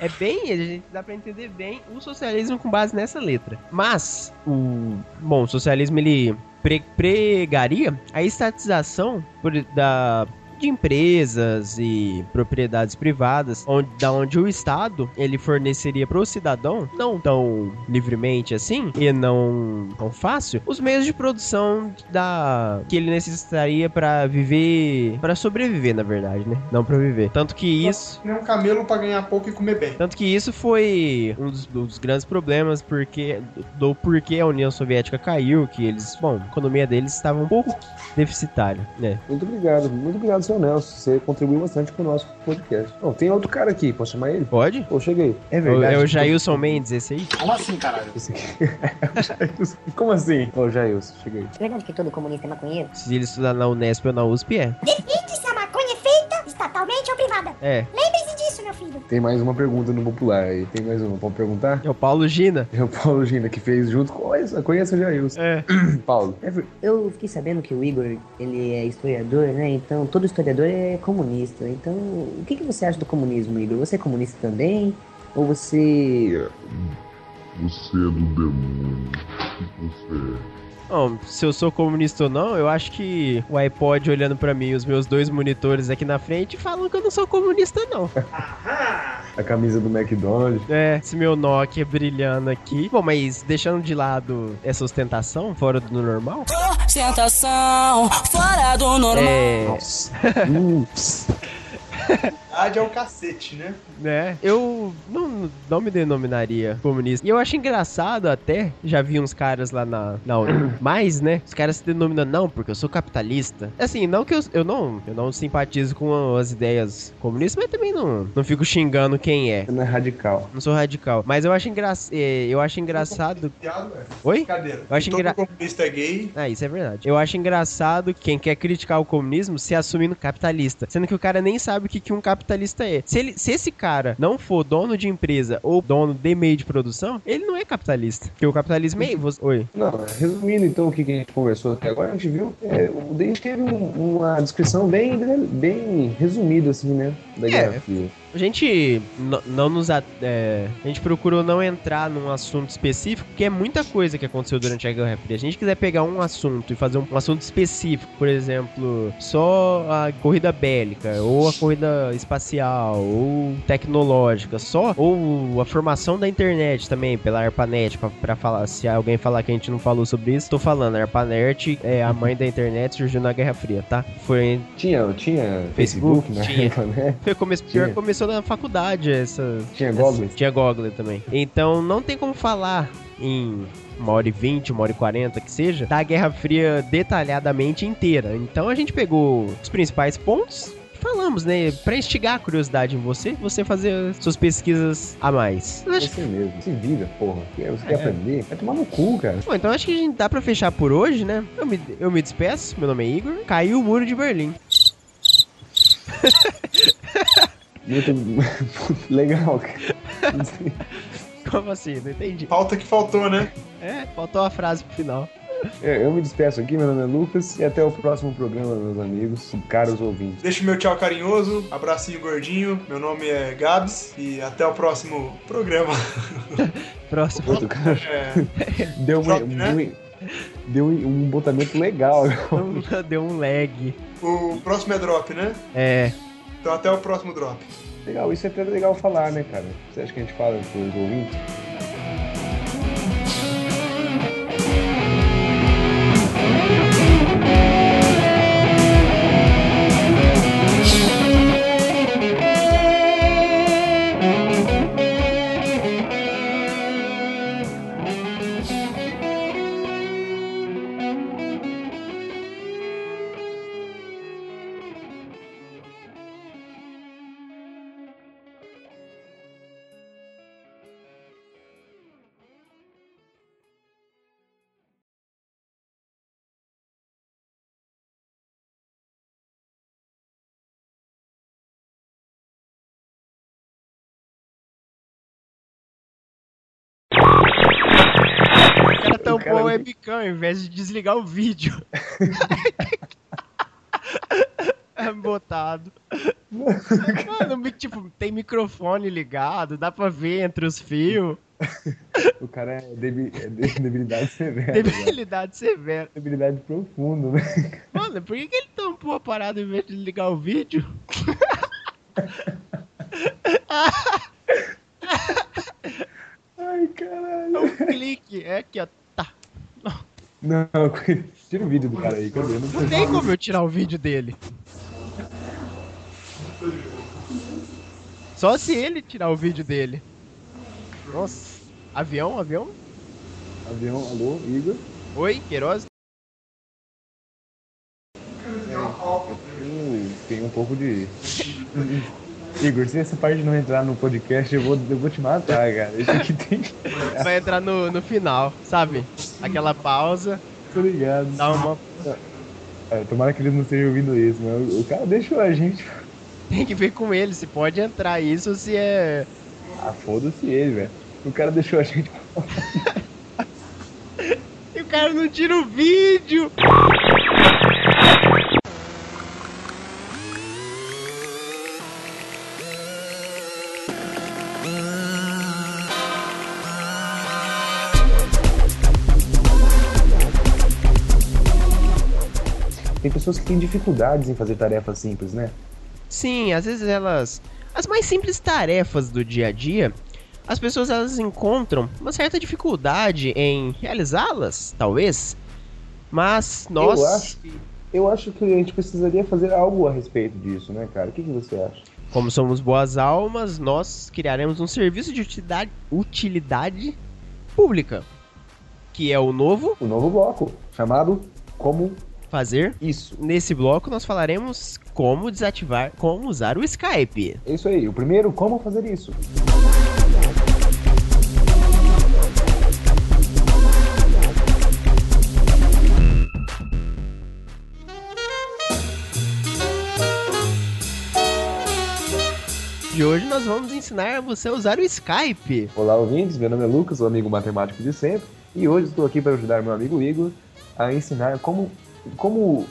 B: É bem, a gente dá pra entender bem o socialismo com base nessa letra. Mas, o. Bom, o socialismo ele pre- pregaria a estatização por- da. De empresas e propriedades privadas, onde, da onde o Estado ele forneceria pro cidadão, não tão livremente assim e não tão fácil, os meios de produção da que ele necessitaria pra viver, pra sobreviver, na verdade, né? Não pra viver. Tanto que isso
A: Não é um camelo pra ganhar pouco e comer bem.
B: tanto que isso foi um dos, dos grandes problemas porque do porquê a União Soviética caiu, que eles, bom, a economia deles estava um pouco deficitária, né?
C: Muito obrigado, muito obrigado, seu Nelson. Você contribuiu bastante com o nosso podcast. Não, tem outro cara aqui, posso chamar ele?
B: Pode?
C: Pô, chega aí. É
B: É
C: verdade.
B: o, é o Jailson Mendes, esse aí?
C: Esse aqui. É o Jailson. Como assim? Ô, Jailson, chega aí.
I: É verdade que todo comunista é maconheiro?
B: Se ele estudar na Unesp ou na USP, é.
I: Isso é maconha
M: estatalmente ou privada.
B: É.
M: Lembre-se disso, meu filho.
C: Tem mais uma pergunta no popular aí. Tem mais uma. Pode perguntar?
B: É o Paulo Gina.
C: É o Paulo Gina, que fez junto com. Conheço, conheço o Jailson.
B: É.
C: Paulo.
N: Eu fiquei sabendo que o Igor, ele é historiador, né? Então, todo historiador é comunista. Então, o que, que você acha do comunismo, Igor? Você é comunista também? Ou você...
O: Você é do demônio. O que você é?
B: Bom, se eu sou comunista ou não, eu acho que o iPod olhando pra mim, os meus dois monitores aqui na frente, falam que eu não sou comunista, não.
C: A camisa do McDonald's.
B: É, esse meu Nokia brilhando aqui. Bom, mas deixando de lado essa ostentação, fora do normal.
P: Ostentação, fora do normal.
B: É.
C: Hum,
A: Verdade é o cacete, né?
B: né? Eu não, não me denominaria comunista. E eu acho engraçado até, já vi uns caras lá na, na ONU, mas, né, os caras se denominam, não, porque eu sou capitalista. Assim, não que eu, eu não eu não simpatizo com as ideias comunistas, mas também não, não fico xingando quem é.
C: Você não é radical.
B: Não sou radical. Mas eu acho, engra, eh, eu acho engraçado... Oi?
A: Cadeira.
B: Eu acho
A: é. todo
B: engra-
A: comunista é gay.
B: Ah, isso é verdade. Eu acho engraçado quem quer criticar o comunismo se assumindo capitalista, sendo que o cara nem sabe o que, que um capitalista é. Se, ele, se esse cara não for dono de empresa ou dono de meio de produção, ele não é capitalista. Porque o capitalismo é. Você... Oi.
C: Não, resumindo então o que que a gente conversou até agora, a gente viu que é, o Dente teve um- uma descrição bem, bem resumida, assim, né?
B: É.
C: Da Guerra Fria.
B: A gente n- não nos. a- é, a gente procurou não entrar num assunto específico, porque é muita coisa que aconteceu durante a Guerra Fria. Se a gente quiser pegar um assunto e fazer um, um assunto específico, por exemplo, só a corrida bélica, ou a corrida espacial, ou tecnológica, só, ou a formação da internet também, pela ARPANET, pra, pra falar. Se alguém falar que a gente não falou sobre isso, tô falando. A ARPANET é a mãe da internet, surgiu na Guerra Fria, tá? Foi
C: Tinha, tinha Facebook,
B: Tinha.
C: né?
B: foi come... pior
C: Tinha.
B: que começou na faculdade essa.
C: Tinha
B: essa-
C: Goggle?
B: Tinha Goggle também. Então não tem como falar em uma hora e vinte, uma hora e quarenta, que seja, da Guerra Fria detalhadamente inteira. Então a gente pegou os principais pontos. e Falamos, né? Pra instigar a curiosidade em você, você fazer as suas pesquisas a mais. Eu acho
C: Você assim mesmo. Se vira, porra. Você quer
B: É.
C: aprender? Vai tomar no cu, cara.
B: Bom, então acho que a gente dá pra fechar por hoje, né? Eu me, eu me despeço, meu nome é Igor. Caiu o muro de Berlim.
C: Muito legal, cara.
B: Como assim? Não entendi.
A: Falta que faltou, né?
B: É, faltou a frase pro final.
C: Eu, eu me despeço aqui, meu nome é Lucas, e até o próximo programa, meus amigos, caros ouvintes.
A: Deixo meu tchau carinhoso, abracinho gordinho. Meu nome é Gabs e até o próximo programa.
B: Próximo.
C: Outro cara
A: É.
C: deu, uma-
A: Drop, né?
C: um- deu um botamento legal.
B: Deu um lag.
A: O próximo é drop, né?
B: É.
A: Então até o próximo drop.
C: Legal, isso é até legal falar, né, cara? Você acha que a gente fala com os ouvintes?
B: O cara é tão
C: cara
B: bom
C: me-
B: webcam, ao invés de desligar o vídeo. é botado. Mano, mi- tipo, tem microfone ligado, dá pra ver entre os fios.
C: O cara é, debi- é de- debilidade severa. né?
B: Debilidade severa.
C: Debilidade profunda, né?
B: Mano, por que, que ele tampou a parada em vez de ligar o vídeo?
C: Ai,
B: É
C: caralho.
B: um clique. É aqui, ó. Tá.
C: Não, tira o vídeo do cara aí, cadê? Não
B: Não tem como eu tirar o vídeo dele. Só se ele tirar o vídeo dele. Nossa. Avião, avião?
C: Avião, alô, Igor?
B: Oi, Queiroz?
C: Hum, Tem um pouco de. Igor, se essa parte não entrar no podcast, eu vou, eu vou te matar, cara. Isso aqui tem.
B: Vai entrar no, no final, sabe? Aquela pausa,
C: Tô ligado.
B: dá uma.
C: É, tomara que eles não estejam ouvindo isso, mas o- o cara deixou a gente.
B: Tem que ver com ele se pode entrar isso se é.
C: Ah, foda-se ele, velho. O cara deixou a gente.
B: e o cara não tira o vídeo!
C: Tem pessoas que têm dificuldades em fazer tarefas simples, né?
B: Sim, às vezes elas. As mais simples tarefas do dia a dia, as pessoas elas encontram uma certa dificuldade em realizá-las, talvez. Mas nós.
C: Eu acho, que, eu acho que a gente precisaria fazer algo a respeito disso, né, cara? O que, que você acha?
B: Como somos boas almas, nós criaremos um serviço de utilidade, utilidade pública. Que é o novo
C: O novo bloco, chamado Como
B: fazer.
C: Isso.
B: Nesse bloco nós falaremos como desativar, como usar o Skype.
C: É Isso aí. O primeiro, como fazer isso?
B: De hoje nós vamos ensinar você a usar o Skype.
C: Olá, ouvintes. Meu nome é Lucas, o amigo matemático de sempre. E hoje estou aqui para ajudar meu amigo Igor a ensinar como, como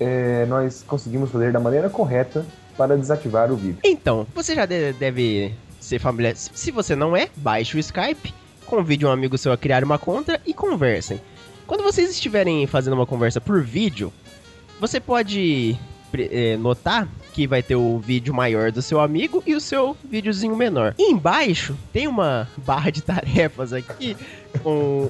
C: é, nós conseguimos fazer da maneira correta para desativar o vídeo.
B: Então, você já de- deve ser familiar. Se você não é, baixe o Skype, convide um amigo seu a criar uma conta e conversem. Quando vocês estiverem fazendo uma conversa por vídeo, você pode pre- eh, notar que vai ter o vídeo maior do seu amigo e o seu videozinho menor. E embaixo tem uma barra de tarefas aqui com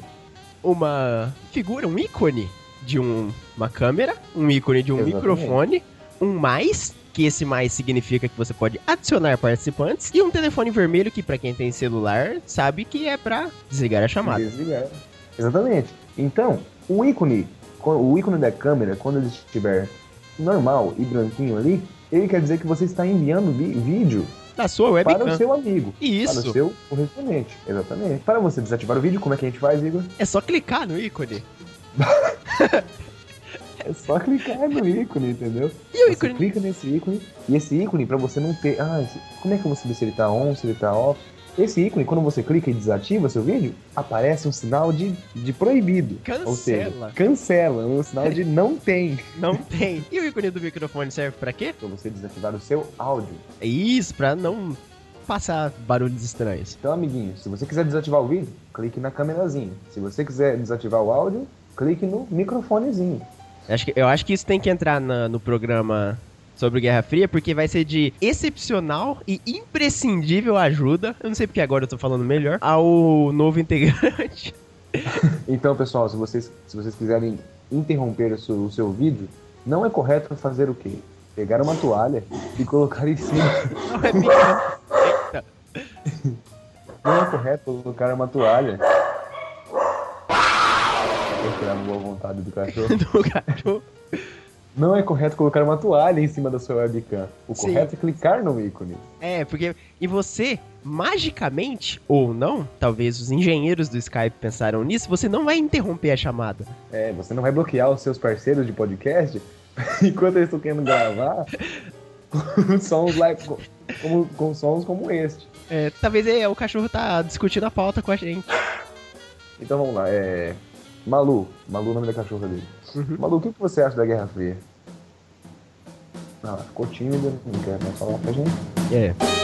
B: uma figura, um ícone de um- uma câmera, um ícone de um
C: Exatamente.
B: microfone, um mais, que esse mais significa que você pode adicionar participantes, e um telefone vermelho que pra quem tem celular sabe que é pra desligar a chamada.
C: Desligar. é. Exatamente. Então, o ícone, o ícone da câmera, quando ele estiver normal e branquinho ali, ele quer dizer que você está enviando vi- vídeo
B: Da sua
C: para o
B: webcam.
C: seu amigo. Para
B: É
C: o
B: Isso.
C: seu correspondente. Exatamente. Para você desativar o vídeo, como é que a gente faz, Igor?
B: É só clicar no ícone.
C: É só clicar no ícone, entendeu?
B: E o
C: Você
B: ícone
C: clica nesse ícone e esse ícone para você não ter, ah, esse- como é que eu vou saber se ele tá on, se ele tá off? Esse ícone, quando você clica e desativa seu vídeo, aparece um sinal de, de proibido. Ou seja,
B: Cancela.
C: cancela, um sinal de não tem.
B: não tem. E o ícone do microfone serve pra quê? É
C: Pra você desativar o seu áudio.
B: Isso, pra não passar barulhos estranhos.
C: Então, amiguinho, se você quiser desativar o vídeo, clique na câmerazinha. Se você quiser desativar o áudio, clique no microfonezinho.
B: Acho que- eu acho que isso tem que entrar na- no programa sobre Guerra Fria, porque vai ser de excepcional e imprescindível ajuda. Eu não sei porque agora eu tô falando melhor. Ao novo integrante.
C: Então, pessoal, se vocês, se vocês quiserem interromper o seu, o seu vídeo, não é correto fazer o quê? Pegar uma toalha e colocar em cima.
B: Não é minha. Eita.
C: Não é correto colocar uma toalha. Vou tirar a boa vontade do cachorro.
B: Do gato.
C: Não é correto colocar uma toalha em cima da sua webcam. O
B: Sim.
C: correto é clicar no ícone.
B: É, porque. E você, magicamente, ou não, talvez os engenheiros do Skype pensaram nisso, você não vai interromper a chamada.
C: É, você não vai bloquear os seus parceiros de podcast enquanto eles estão querendo gravar com sons, like, co- como, com sons como este.
B: É, talvez é, o cachorro tá discutindo a pauta com a gente.
C: Então vamos lá, é. Malu, Malu é o nome da cachorra dele. Malu, o que que você acha da Guerra Fria? Ah, ela ficou tímida, não quer mais falar com a gente.
B: É.